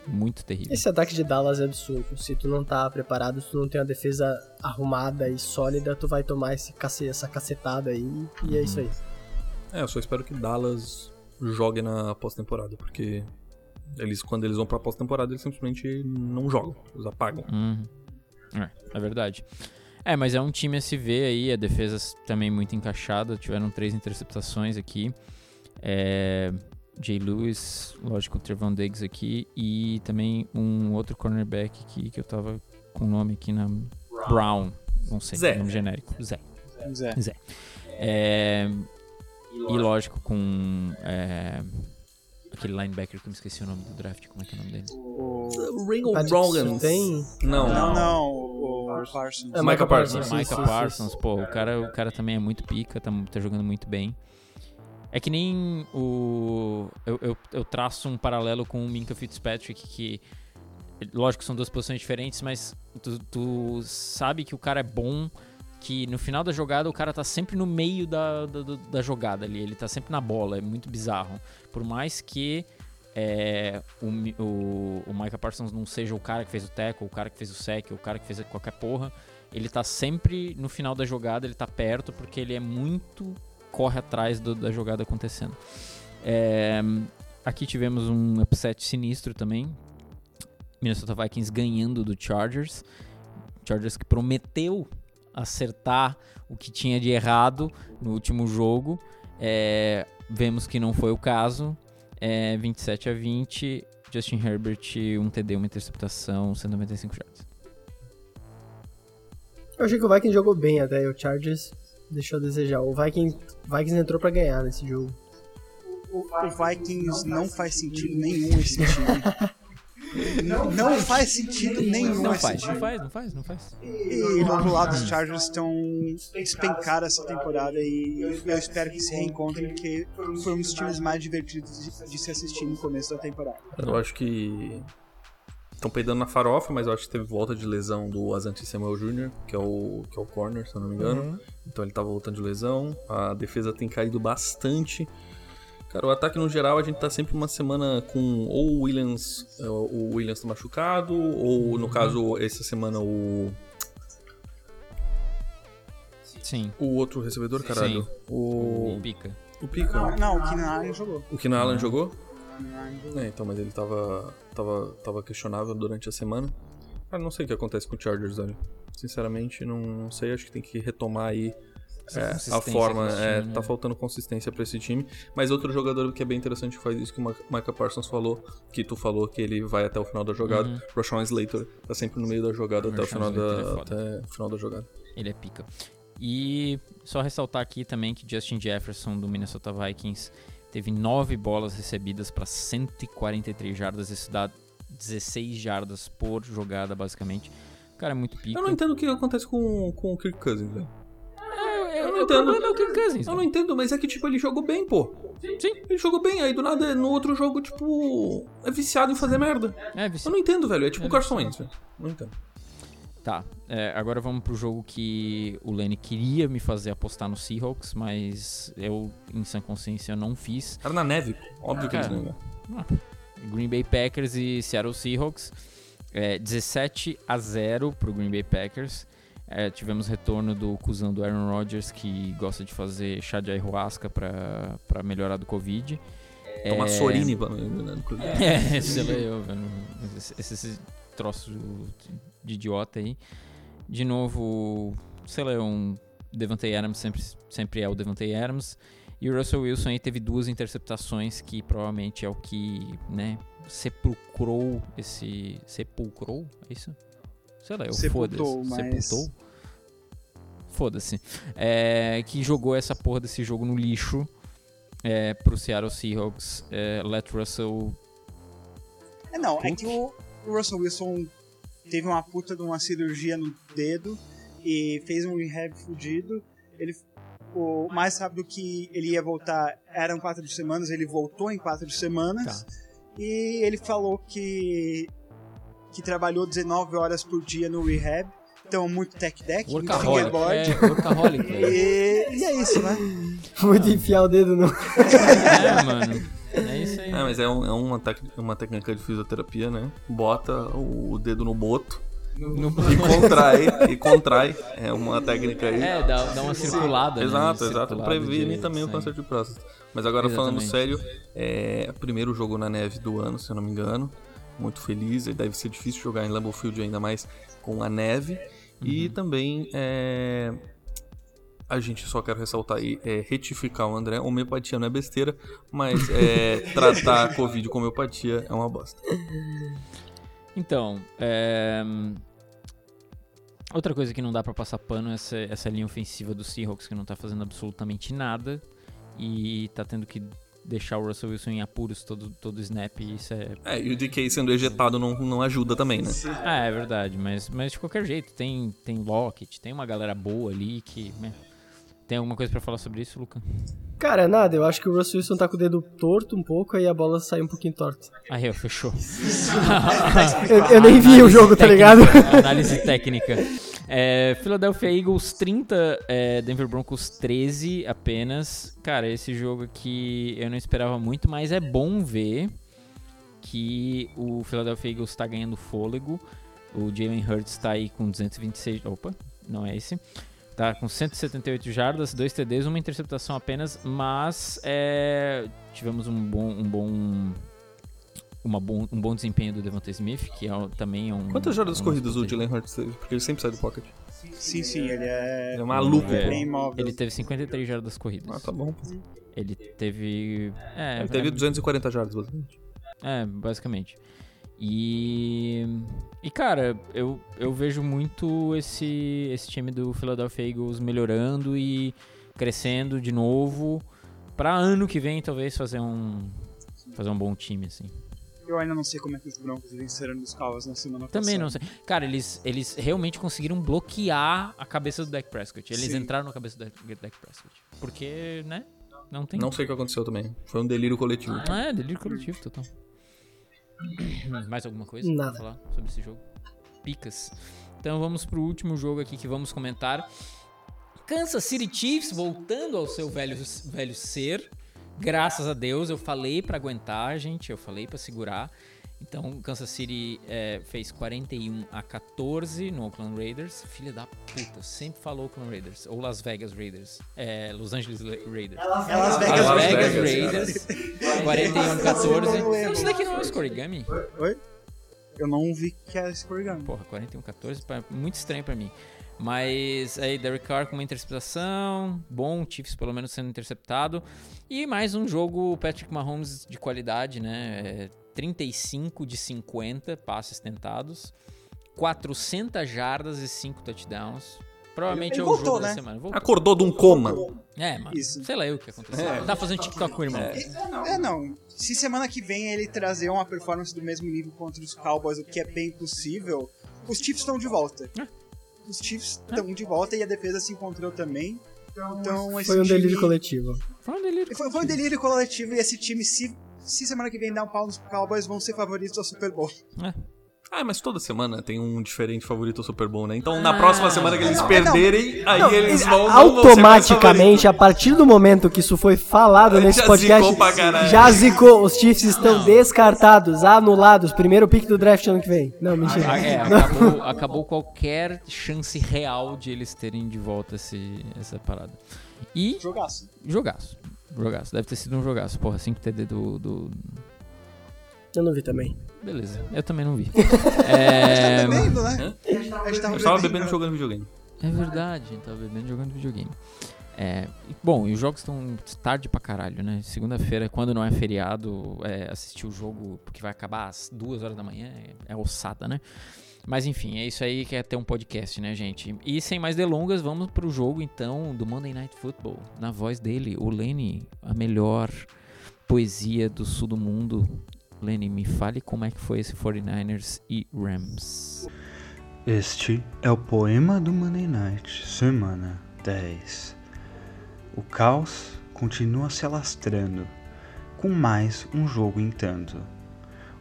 Muito terrível. Esse ataque de Dallas é absurdo. Se tu não tá preparado, se tu não tem uma defesa arrumada e sólida, tu vai tomar esse cace- essa cacetada aí. E é isso aí. É, eu só espero que Dallas jogue na pós-temporada, porque eles, quando eles vão pra pós-temporada, eles simplesmente não jogam, eles apagam. Uhum. É, é verdade. É, mas é um time a se ver aí, a defesa s- também muito encaixada, tiveram três interceptações aqui. É, Jay Lewis, lógico, o Trevon Diggs aqui, e também um outro cornerback aqui que eu tava com o nome aqui na. Brown, não sei, Zé. nome genérico. Zé. Pois é. É, e lógico, com é, aquele linebacker que eu me esqueci o nome do draft, como é que é o nome dele? O... Ringo Tá Patrick Brogans. Surtain? Não, Não, não, o, o Parsons. É, Micah Micah Parsons. Micah sim, sim, Parsons, sim. pô, o cara, o cara também é muito pica, tá, tá jogando muito bem. É que nem o. Eu, eu, eu traço um paralelo com o Minka Fitzpatrick, que. Lógico que são duas posições diferentes, mas tu, tu sabe que o cara é bom, que no final da jogada o cara tá sempre no meio da, da, da- da jogada ali, ele tá sempre na bola, é muito bizarro. Por mais que é, o, Mi- o, o Micah Parsons não seja o cara que fez o tackle, o cara que fez o sec, o cara que fez qualquer porra, ele tá sempre no final da jogada, ele tá perto, porque ele é muito. corre atrás do- da jogada acontecendo. É, aqui tivemos um upset sinistro também. Minnesota Vikings ganhando do Chargers. Chargers que prometeu acertar o que tinha de errado no último jogo. É, vemos que não foi o caso. É, 27 a 20. Justin Herbert, um TD, uma interceptação, 195 yards. Eu achei que o Vikings jogou bem até, e o Chargers deixou a desejar. O Vikings, Vikings entrou pra ganhar nesse jogo. O, o Vikings não faz sentido nenhum esse time. Não, não faz sentido nenhum Não esse faz, time. não faz, não faz, não faz. E do outro lado, os Chargers estão despencaram essa temporada e eu espero que se reencontrem, porque foi um dos times mais divertidos de, de se assistir no começo da temporada. eu acho que estão peidando na farofa, mas eu acho que teve volta de lesão do Asante Samuel Jr., que é o, que é o corner, se eu não me engano. Uhum. Então ele tava voltando de lesão, a defesa tem caído bastante. Cara, o ataque no geral a gente tá sempre uma semana com ou o Williams, eh, o Williams tá machucado, ou Uhum. no caso essa semana o Sim. o outro recebedor, caralho, Sim. o Pica. o Pico, Não, o Keenan jogou. o que na Allen jogou? É, então, mas ele tava tava tava questionável durante a semana. Cara, não sei o que acontece com o Chargers, velho. Sinceramente, não, não sei, acho que tem que retomar aí Essa É, a consistência forma, desse é, time, né? tá faltando consistência pra esse time. Mas outro jogador que é bem interessante que faz isso que o Ma- Micah Parsons falou, que tu falou que ele vai até o final da jogada. Uhum. Rashawn Slater tá sempre no meio da jogada até o final Rashawn Slater é da, foda. até o final da jogada. Ele é pica. E só ressaltar aqui também que Justin Jefferson do Minnesota Vikings teve nove bolas recebidas para 143 jardas, isso dá 16 jardas por jogada basicamente. O cara é muito pica. Eu não entendo o que acontece com, com o Kirk Cousins, velho. É, é, eu não é, o entendo. problema é o Kirk Cousins. Eu né? não entendo, mas é que, tipo, ele jogou bem, pô. Sim, Ele jogou bem, aí do nada, no outro jogo, tipo, é viciado em fazer merda. é, Eu Vicente. não entendo, velho. É tipo É, o Carson Wentz, velho. Não entendo. Tá, é, agora vamos pro jogo que o Lenny queria me fazer apostar no Seahawks, mas eu, em sã consciência, eu não fiz. Era na neve, pô. Óbvio que eles Cara, não ganham. Green Bay Packers e Seattle Seahawks. É, 17 a 0 pro Green Bay Packers. É, tivemos retorno do cuzão do Aaron Rodgers, que gosta de fazer chá de ayahuasca pra pra melhorar do Covid. Toma É, Sorine, pra mim, né, inclusive. É, sei lá eu, velho. Esse, esse, esse troço de idiota aí. De novo, sei lá, um Devante Adams sempre, sempre é o Devante Adams. E o Russell Wilson aí teve duas interceptações que provavelmente é o que, né, sepulcrou esse... Sepulcrou? É isso? Sei lá, eu Sepultou, foda-se. mas- Sepultou? foda-se, é, que jogou essa porra desse jogo no lixo é, pro Seattle Seahawks. É, Let Russell. É, não, é que o o Russell Wilson teve uma puta de uma cirurgia no dedo e fez um rehab fudido. Ele, o mais rápido que ele ia voltar eram quatro semanas, ele voltou em quatro semanas. Tá. E ele falou que, que trabalhou 19 horas por dia no rehab. Então, muito tech deck, muito Workaholic. fingerboard. É, workaholic. velho. E, e é isso, né? Muito enfiar o dedo no. é, mano. É isso aí. É, mas é, um- é uma, tec- uma técnica de fisioterapia, né? Bota o, o dedo no boto No- e contrai. e contrai. É uma técnica aí. É, dá, dá uma circulada. né? Exato, Uma exato. circulada Previne direito, também o sim. câncer de próstata. Mas agora falando Exatamente. sério, é o primeiro jogo na neve do ano, se eu não me engano. Muito feliz, e deve ser difícil jogar em Lambeau Field ainda mais com a neve. Uhum. E também é, a gente só quero ressaltar aí, é, retificar o André, homeopatia não é besteira, mas é, tratar a Covid com homeopatia é uma bosta. Então, é... outra coisa que não dá pra passar pano é essa, essa linha ofensiva do Seahawks que não tá fazendo absolutamente nada e tá tendo que deixar o Russell Wilson em apuros todo todo snap e isso é É, e o DK sendo ejetado não, não ajuda também, né? ah, é verdade, mas, mas de qualquer jeito, tem tem Lockett, tem uma galera boa ali que né? tem alguma coisa pra falar sobre isso, Luca? Cara, nada, eu acho que o Russell Wilson tá com o dedo torto um pouco, aí a bola sai um pouquinho torta. Aí, ó, fechou. Eu, eu nem vi o Análise jogo, tá técnica, ligado? Análise técnica. É, Philadelphia Eagles 30, é, Denver Broncos 13 apenas. Cara, esse jogo aqui eu não esperava muito, mas é bom ver que o Philadelphia Eagles tá ganhando fôlego. O Jalen Hurts tá aí com 226. Opa, não é esse. Tá com 178 jardas, 2 TDs, uma interceptação apenas, mas é, tivemos um bom, um bom uma bom, um bom desempenho do Devonta Smith, que é o- também é um. Quantas jardas um- corridas o Jalen Hurts teve? Porque ele sempre sai do pocket. Sim, sim, ele é Ele é maluco, É. pô. bem móvel. Ele teve 53 jardas corridas. Ah, tá bom. Ele teve. É, Ele teve é, 240 jardas, basicamente. É, basicamente. E. E, cara, eu, eu vejo muito esse, esse time do Philadelphia Eagles melhorando e crescendo de novo. Pra ano que vem, talvez, fazer um. Fazer um bom time, assim. Eu ainda não sei como é que os Broncos venceram nos Cowboys na semana Também passada. não sei. Cara, eles, eles realmente conseguiram bloquear a cabeça do Dak Prescott. Eles Sim. entraram na cabeça do Dak Dak Prescott. Porque, né? Não tem. Não sei o que aconteceu também. Foi um delírio coletivo. Ah, é, delírio coletivo, total. Mais alguma coisa Nada. pra falar sobre esse jogo? Picas. Então vamos pro último jogo aqui que vamos comentar. Kansas City Chiefs voltando ao seu velho, velho ser. Graças a Deus, eu falei pra aguentar, gente, eu falei pra segurar. Então, o Kansas City eh, fez 41 a 14 no Oakland Raiders. Filha da puta, sempre falou Oakland Raiders. Ou Las Vegas Raiders. É, Los Angeles Raiders. É Las Vegas, Las Las Vegas Vegas, Raiders, 41-14. Nossa, Isso daqui não é um scorigami? Oi? Eu não vi que era esse programa. Porra, 41-14, pa- muito estranho pra mim. Mas aí, Derek Carr com uma interceptação, bom, o Chiefs pelo menos sendo interceptado. E mais um jogo, Patrick Mahomes de qualidade, né? É, 35 de 50 passes tentados, 400 jardas e 5 touchdowns. Provavelmente Ele é o voltou, jogo da né? semana. Voltou. Acordou de um coma. É, mano. Isso. Sei lá eu o que aconteceu. Tá fazendo TikTok com o irmão. É, não. Se semana que vem ele trazer uma performance do mesmo nível contra os Cowboys, o que é bem possível, os Chiefs estão de volta. Os Chiefs estão de volta e a defesa se encontrou também. Então, esse Foi um time- delírio coletivo. Foi um delírio. Foi, foi um delírio coletivo e esse time, se, se semana que vem dar um pau nos Cowboys, vão ser favoritos ao Super Bowl. É. Ah, mas toda semana tem um diferente favorito ao Super Bowl, né? Então Ah. na próxima semana que eles Não, perderem, aí Não, eles e- vão. não vão ser mais favoritos. automaticamente, a partir do momento que isso foi falado nesse Já podcast, zicou pra caralho. já zicou. Os Chiefs estão descartados, anulados. Primeiro pick do draft ano que vem. Não, mentira. Ah, é, acabou, acabou qualquer chance real de eles terem de volta esse, essa parada. E Jogaço. jogaço. Jogaço. Deve ter sido um jogaço. Porra, 5 TD do, do. Eu não vi também. Beleza. Eu também não vi. Tá É, vendo, né? A gente tava Eu estava bebendo e jogando videogame. é verdade, a gente tava bebendo e jogando videogame. É, e, bom, e os jogos estão tarde pra caralho, né? Segunda-feira, quando não é feriado, é, assistir o jogo porque vai acabar às duas horas da manhã é, é ossada, né? Mas enfim, é isso aí que é ter um podcast, né, gente? E sem mais delongas, vamos pro jogo então do Monday Night Football. Na voz dele, o Lenny, a melhor poesia do sul do mundo. Lenny, me fale como é que foi esse 49ers e Rams. Este é o poema do Monday Night, semana 10. O caos continua se alastrando, com mais um jogo em tanto.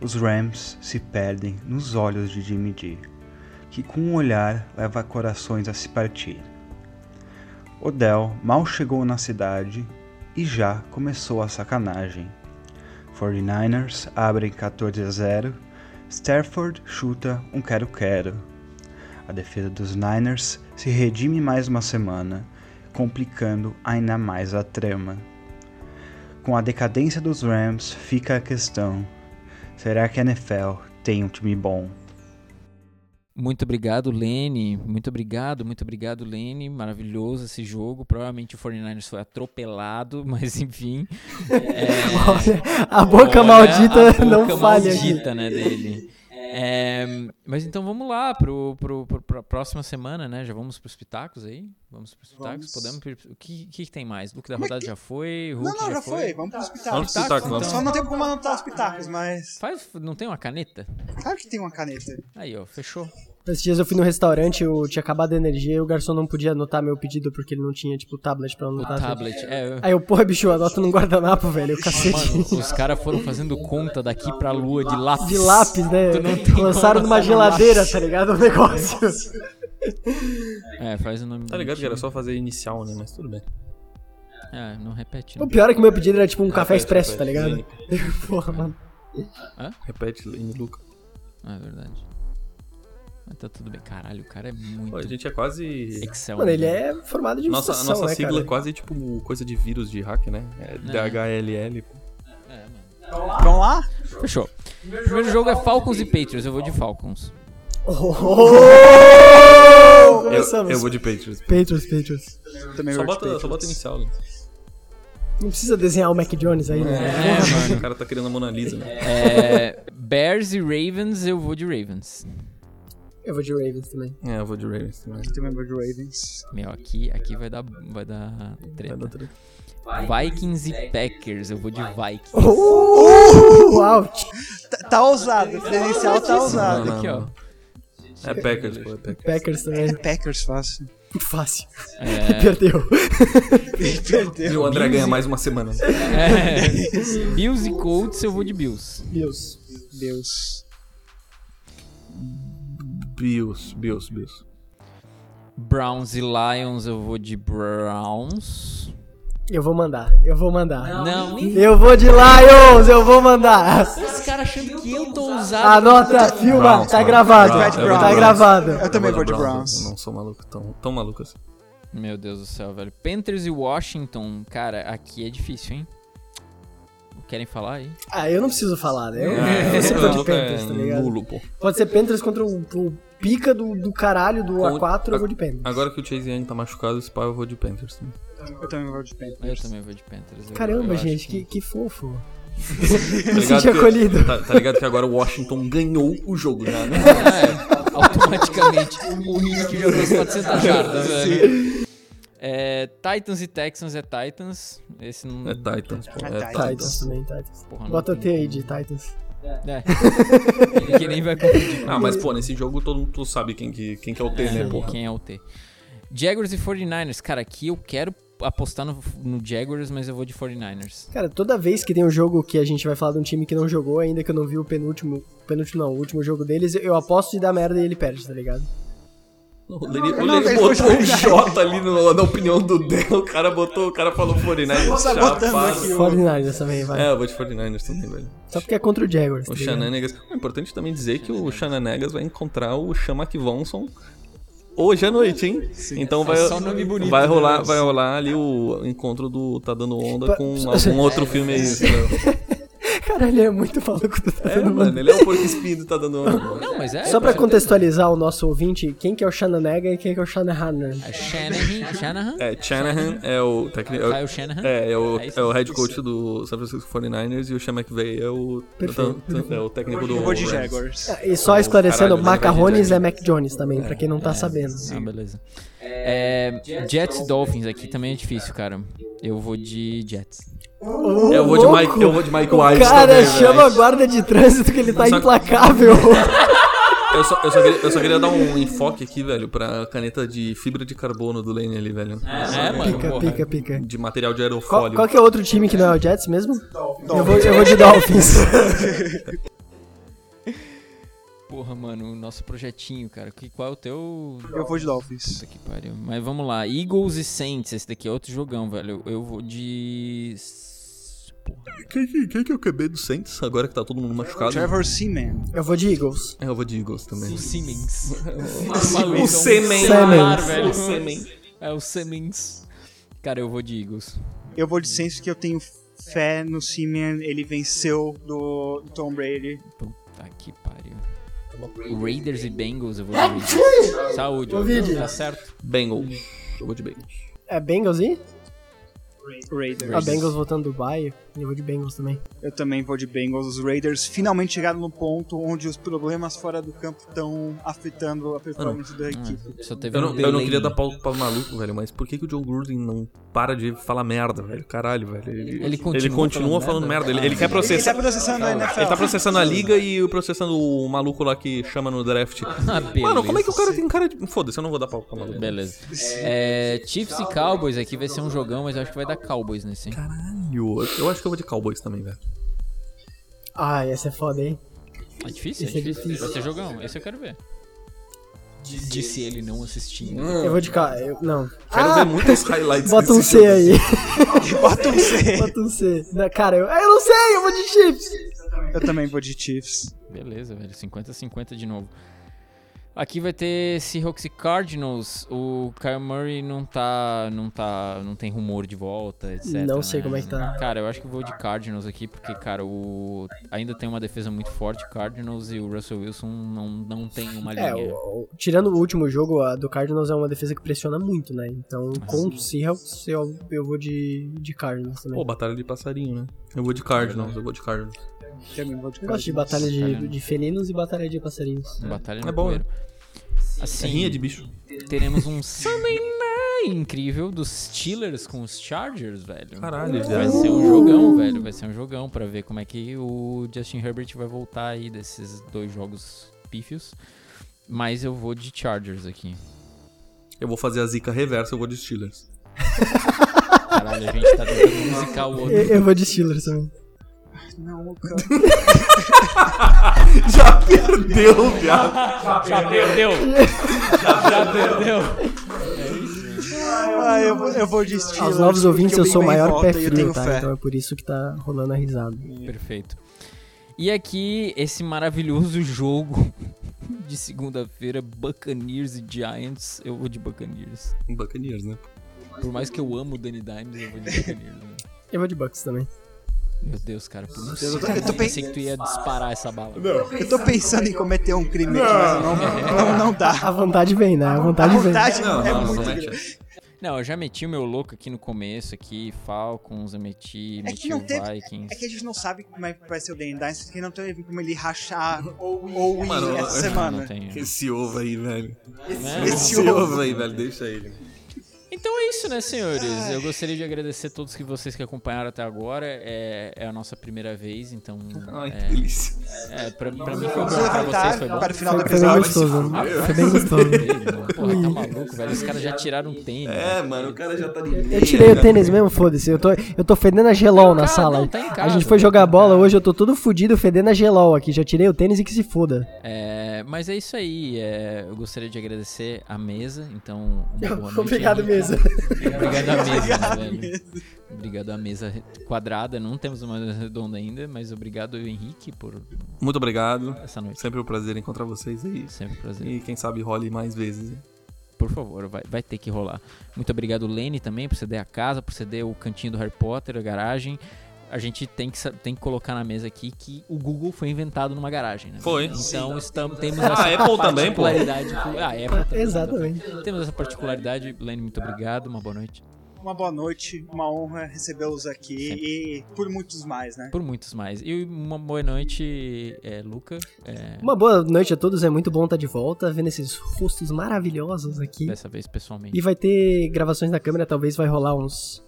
Os Rams se perdem nos olhos de Jimmy G, que com um olhar leva corações a se partir. Odell mal chegou na cidade e já começou a sacanagem. 49ers abrem 14 a 0, Stafford chuta um quero-quero. A defesa dos Niners se redime mais uma semana, complicando ainda mais a trama. Com a decadência dos Rams fica a questão: será que a NFL tem um time bom? Muito obrigado, Lene. Muito obrigado, muito obrigado, Lene. Maravilhoso esse jogo. Provavelmente o 49ers foi atropelado, mas enfim. É, Olha, a boca Olha maldita a boca não falha aqui. maldita, né, dele. É, mas então vamos lá pro, pro, pro- pra próxima semana, né? Já vamos pros pitacos aí? Vamos pros pitacos? Vamos. é Podemos... pro- O que, o que que tem mais? Luke da rodada já foi? Hulk não, não, já, foi. foi? Vamos pro Tá, hospital. Vamos pro espetáculo, vamos. um Só não tem como anotar os pitacos, mas. Faz, não tem uma caneta? Claro que tem uma caneta. Aí, ó, fechou. Esses dias eu fui no restaurante, eu tinha acabado a energia e o garçom não podia anotar meu pedido porque ele não tinha, tipo, tablet pra O Tá, anotar. tablet. É, Aí eu, porra, bicho, anota num guardanapo, velho. Eu mano, cacete. os caras foram fazendo conta daqui pra lua de lápis. De lápis, né? Tu não tem como Lançaram numa passar no lápis. geladeira, tá ligado? O negócio. É, faz o nome. Tá ligado que era bonitinho. só fazer inicial, né? Mas tudo bem. É, não repete. O Não. pior é que meu pedido era tipo um café Repete, expresso, tá repete, ligado? Lene. Porra, mano. Repete, Lene, Luca. Ah, é verdade. Mas tá tudo bem. Caralho, o cara é muito. Pô, a gente é quase. Excel. Mano, ele né? é formado de Nossa, a administração, nossa né, sigla é cara? quase tipo coisa de vírus de hack, né? É DHLL. pô. É, mano. Vamos lá? Fechou. Primeiro jogo é Falcons e Patriots. Eu vou de Falcons. Oh! Eu, Começamos. eu vou de Patriots. Patriots, Patriots. Também Só vou de bota, só bota Patriots. inicial, né? Não precisa desenhar o Mac Jones aí, né? É, mano. O cara tá querendo a Mona Lisa, né? É, Bears e Ravens. Eu vou de Ravens. Eu vou de Ravens também. É, eu vou de Ravens também. Também vou de Ravens. Meu, aqui, aqui vai dar, vai dar Vai dar treta. treta. Vikings e Packers. Eu vou de Vikings. Oh! Out! Tá, tá ousado, o credencial tá Não, ousado. não, Aqui, ó. não. É Packers, pô, é Packers. Packers também. Packers fácil. Muito fácil. É, Perdeu. Ele perdeu. E o André ganha mais uma semana. é, Bills e Colts. Eu vou de Bills. Deus. Deus. Bills, Bills, Bills. Browns e Lions. Eu vou de Browns. Eu vou mandar. Eu vou mandar. Não, Eu vou de Lions! Eu vou mandar! Esse cara achando que eu tô um usado. Anota, filma, Browns, tá mano. gravado. Browns, eu vou de Tá Browns. gravado. Eu também vou de Eu Browns. não sou maluco, tão, tão maluco assim. Meu Deus do céu, velho. Panthers e Washington, cara, aqui é difícil, hein? Querem falar aí? Ah, eu não preciso falar, né? Eu, É, eu sempre o vou de maluco é Panthers, tá ligado? nulo, pô. Pode ser Panthers contra o, o pica do, do caralho do Com- A4, eu vou de Panthers. Agora que o Chase Young tá machucado, esse pai eu vou de Panthers também. Eu também vou de Eu Packers. também vou de Panthers. eu- eu Caramba, acho gente, que, que fofo. Tá Me ligado senti que- acolhido. Tá, tá ligado que agora o Washington ganhou o jogo, né? É, automaticamente o Henrique jogou as 400 jardas, velho. É, Titans e Texans é Titans. Esse não. É Titans, pô. É Titans. Titans Titans. também, Titans. Porra, não Bota tem T aí como. de Titans. É. Ele que nem vai confundir Ah, mas pô, nesse jogo todo mundo sabe quem que, quem que é o T, né, porra? quem é o T. Jaguars e 49ers. Cara, aqui eu quero apostar no, no Jaguars, mas eu vou de 49ers. Cara, toda vez que tem um jogo que a gente vai falar de um time que não jogou, ainda que eu não vi o penúltimo, penúltimo não, o último jogo deles, eu aposto e dá merda e ele perde, tá ligado? O Lenny, o Não, Lenny ele botou foi um J ali no- na opinião do Del, o cara botou, o cara falou 49ers. Tá botando chapado. aqui o- 49ers também, vai. É, eu vou de 49ers também, velho. Só porque é contra o Jaguars, tá O né? ligado? Shenanigans. É importante também dizer que o Shenanigans vai encontrar o Shamak Vonson hoje à noite, hein? Então vai, só nome bonito, vai, né? rolar, vai rolar ali o encontro do Tá Dando Onda Pa- com algum outro filme aí. né? Cara, ele é muito maluco do É, Tatano mano, ele é o porco espinho do tá dando onda. Não, mas é. Só pra com contextualizar o nosso ouvinte, quem que é o Shananega e quem que é o Shanahan? certeza. É Shanahan. Shanahan. É, Shanahan é o técnico. é o- Kyle Shanahan. É, é o, É isso. é o head coach do San Francisco 49ers e o Sean McVay é o, Perfeito. tan- é o técnico do. Eu vou de Rams. Jaguars. E só Caralho, esclarecendo, eu lembrei de Macarrones é James. Mac Jones também, pra quem não tá É, sabendo. Ah, beleza. É, Jets e Dolphins aqui também é difícil, cara. Eu vou de Jets. É, Eu vou de Louco! Mike, eu vou de Mike O White cara também, chama a velho. guarda de trânsito que ele tá Só que- implacável. Eu só, eu, só queria, eu só queria dar um enfoque aqui, velho, pra caneta de fibra de carbono do Lane ali, velho. É, mano. pica, porra. pica, pica. De material de Qual, aerofólio. qual que é outro time que não é o Jets mesmo? Eu vou, Dolphins. eu vou de Dolphins. Porra, mano, o nosso projetinho, cara. Que, qual é o teu. Eu vou de Dolphins. Puta que pariu. Mas vamos lá. Eagles e Saints. Esse daqui é outro jogão, velho. Eu, eu vou de. Porra. Quem, que- quem que é o QB do Saints agora que tá todo mundo machucado? Trevor Seaman. Eu vou de Eagles. É, Eu vou de Eagles também. O Simmons. O Semen. Semen. O Semen. É o Simmons. Cara, eu vou de Eagles. Eu vou de Saints que eu tenho fé no Seaman. Ele venceu do Tom Brady. Puta Tá que pariu. Raiders e Bengals, eu vou de Ah, Raiders. Saúde. Covid. Tá certo. Bengals. Eu vou de Bengals. É Bengals, e? Raiders. A Bengals voltando do Dubai. Eu vou de Bengals também. Eu também vou de Bengals. Os Raiders finalmente chegaram no ponto onde os problemas fora do campo estão afetando a performance Ah, da é. equipe. Só teve Eu um não, eu não delay. queria dar pau pau maluco, velho, mas por que, que o John Gruden não para de falar merda, velho? Caralho, velho. Ele, Ele continua continua falando falando merda. merda? né? Ele, ele quer Ele tá processar. processando a NFL. Ele tá processando a liga e processando o maluco lá que chama no draft. Ah, beleza. Mano, como é que o cara tem cara de. Foda-se, eu não vou dar pau pra maluco. Beleza. É, Chiefs e Cowboys aqui vai ser um jogão, mas eu acho que vai dar Cowboys nesse. hein? Caralho. Eu acho que eu vou de Cowboys também, velho. Ah, essa é foda, hein? É difícil, Esse é difícil. Vai ser jogão, esse eu quero ver. Disse ele não assistindo. Eu vou de cá. Eu... Não. Quero Ah, ver muitos highlights bota um desse C jogo. aí. Bota um C. Bota um C. Não, cara, eu, eu não sei, eu vou de Chips. Eu também vou de Chiefs. Beleza, velho. 50-50 de novo. Aqui vai ter Seahawks e Cardinals. O Kyle Murray não tá. não tá. não tem rumor de volta, etc. Não sei né? como é que tá. Cara, eu acho que vou de Cardinals aqui, porque, cara, o. Ainda tem uma defesa muito forte, Cardinals, e o Russell Wilson não, não tem uma linha. É, o- o- tirando o último jogo, a do Cardinals é uma defesa que pressiona muito, né? Então, com o Seahawks, eu, eu vou de, de Cardinals também. Pô, batalha de passarinho, né? Eu vou de Cardinals, eu vou de Cardinals. Também vou de eu gosto de Cardinals. batalha de, Cardinals. de felinos e batalha de passarinhos. Batalha É no bom, poeiro. É Assim, rinha de bicho. teremos um Sunday Night incrível dos Steelers com os Chargers, velho. Caralho, Vai velho. ser um jogão, velho. Vai ser um jogão pra ver como é que o Justin Herbert vai voltar aí desses dois jogos pífios. Mas eu vou de Chargers aqui. Eu vou fazer a zica reversa, eu vou de Steelers. Caralho, a gente tá tentando musicar o Eu, outro. eu vou de Steelers também. Não, cara. Já perdeu, viado. Já perdeu! Já perdeu! Ah, eu, vou- eu vou de Steelers. Aos novos ouvintes, porque eu o sou o Big Ben maior volta pé e eu tenho frio, tá? fé. Então é por isso que tá rolando a risada. Perfeito. E aqui, esse maravilhoso jogo de segunda-feira, Buccaneers e Giants. Eu vou de Buccaneers. Buccaneers, né? Por mais que eu amo o Danny Dimes, eu vou de Buccaneers. né? Eu vou de Bucks também. Meu Deus, cara, por isso Eu tô- eu tô eu pensei que tu ia disparar essa bala. Eu tô pensando em cometer um crime aqui, mas eu não, não, não dá. A É. vontade vem, né? A vontade, A vontade vem. Não, é não, não, muito mete grande. essa. Não, eu já meti o meu louco aqui no começo, aqui, Falcons, eu meti, É que meti não o teve- Vikings. É que a gente não sabe como é que vai ser o Danny Dimes, porque não teve como ele rachar Ah, ou ou ir Mano, essa eu- Não, não semana. tem. Esse ovo aí, velho. Né? Esse ovo aí, velho. Deixa ele. Então é isso, né, senhores? Eu gostaria de agradecer a todos que vocês que acompanharam até agora. É, é a nossa primeira vez, então. Ai, que é, delícia. É, pra, pra mim foi bom, Vamos pra vocês levantar foi para o bom. Ah, final do Foi bem episódio. gostoso. né? Foi bem gostoso. Porra, tá maluco, velho. Os caras já tiraram o tênis. É, mano, o cara já tá de Eu tirei o tênis mesmo, foda-se. Eu tô, eu tô fedendo a gelol na Tá, sala. não, tá em a casa, gente foi tá jogar em bola casa. hoje, eu tô todo fudido fedendo a gelol aqui. Já tirei o tênis e que se foda. É, mas é isso aí. é, eu gostaria de agradecer a mesa. Então, uma boa noite. aí. Obrigado à mesa, velho. Obrigado à mesa quadrada. Não temos uma redonda ainda, mas obrigado, Henrique, por Muito obrigado. essa noite. Sempre um prazer encontrar vocês aí. Sempre um prazer. E quem sabe role mais vezes. Por favor, vai, vai ter que rolar. Muito obrigado, Lene, também, por ceder a casa, por ceder o cantinho do Harry Potter, a garagem. a gente tem que, sa- tem que colocar na mesa aqui que o Google foi inventado numa garagem, né? Foi. Então estamos, temos Ah, essa a Apple também, pô. particularidade. com- Ah, a Apple também. Exatamente. Temos essa particularidade. Lenny, muito obrigado. Uma boa noite. Uma boa noite, uma honra recebê-los aqui e por muitos mais, né? Por muitos mais. E uma boa noite, é, Luca. é, Uma boa noite a todos, é muito bom estar de volta, vendo esses rostos maravilhosos aqui. dessa vez pessoalmente. E vai ter gravações na câmera, talvez vai rolar uns,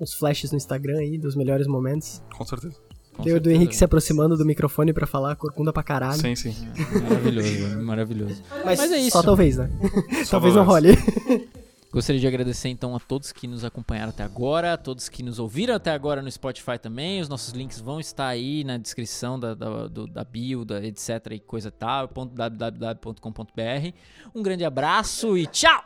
uns flashes no Instagram aí, dos melhores momentos. Com certeza. Com Tem o do certeza. né? Henrique se aproximando do microfone pra falar, corcunda pra caralho. Sim, sim. Maravilhoso, maravilhoso. Mas, Mas é isso. só talvez, né? Só talvez não valores. role. Gostaria de agradecer então a todos que nos acompanharam até agora, a todos que nos ouviram até agora no Spotify também. Os nossos links vão estar aí na descrição da, da, do- da bio, da etc e coisa e tal, ponto www.com.br. Um grande abraço e tchau!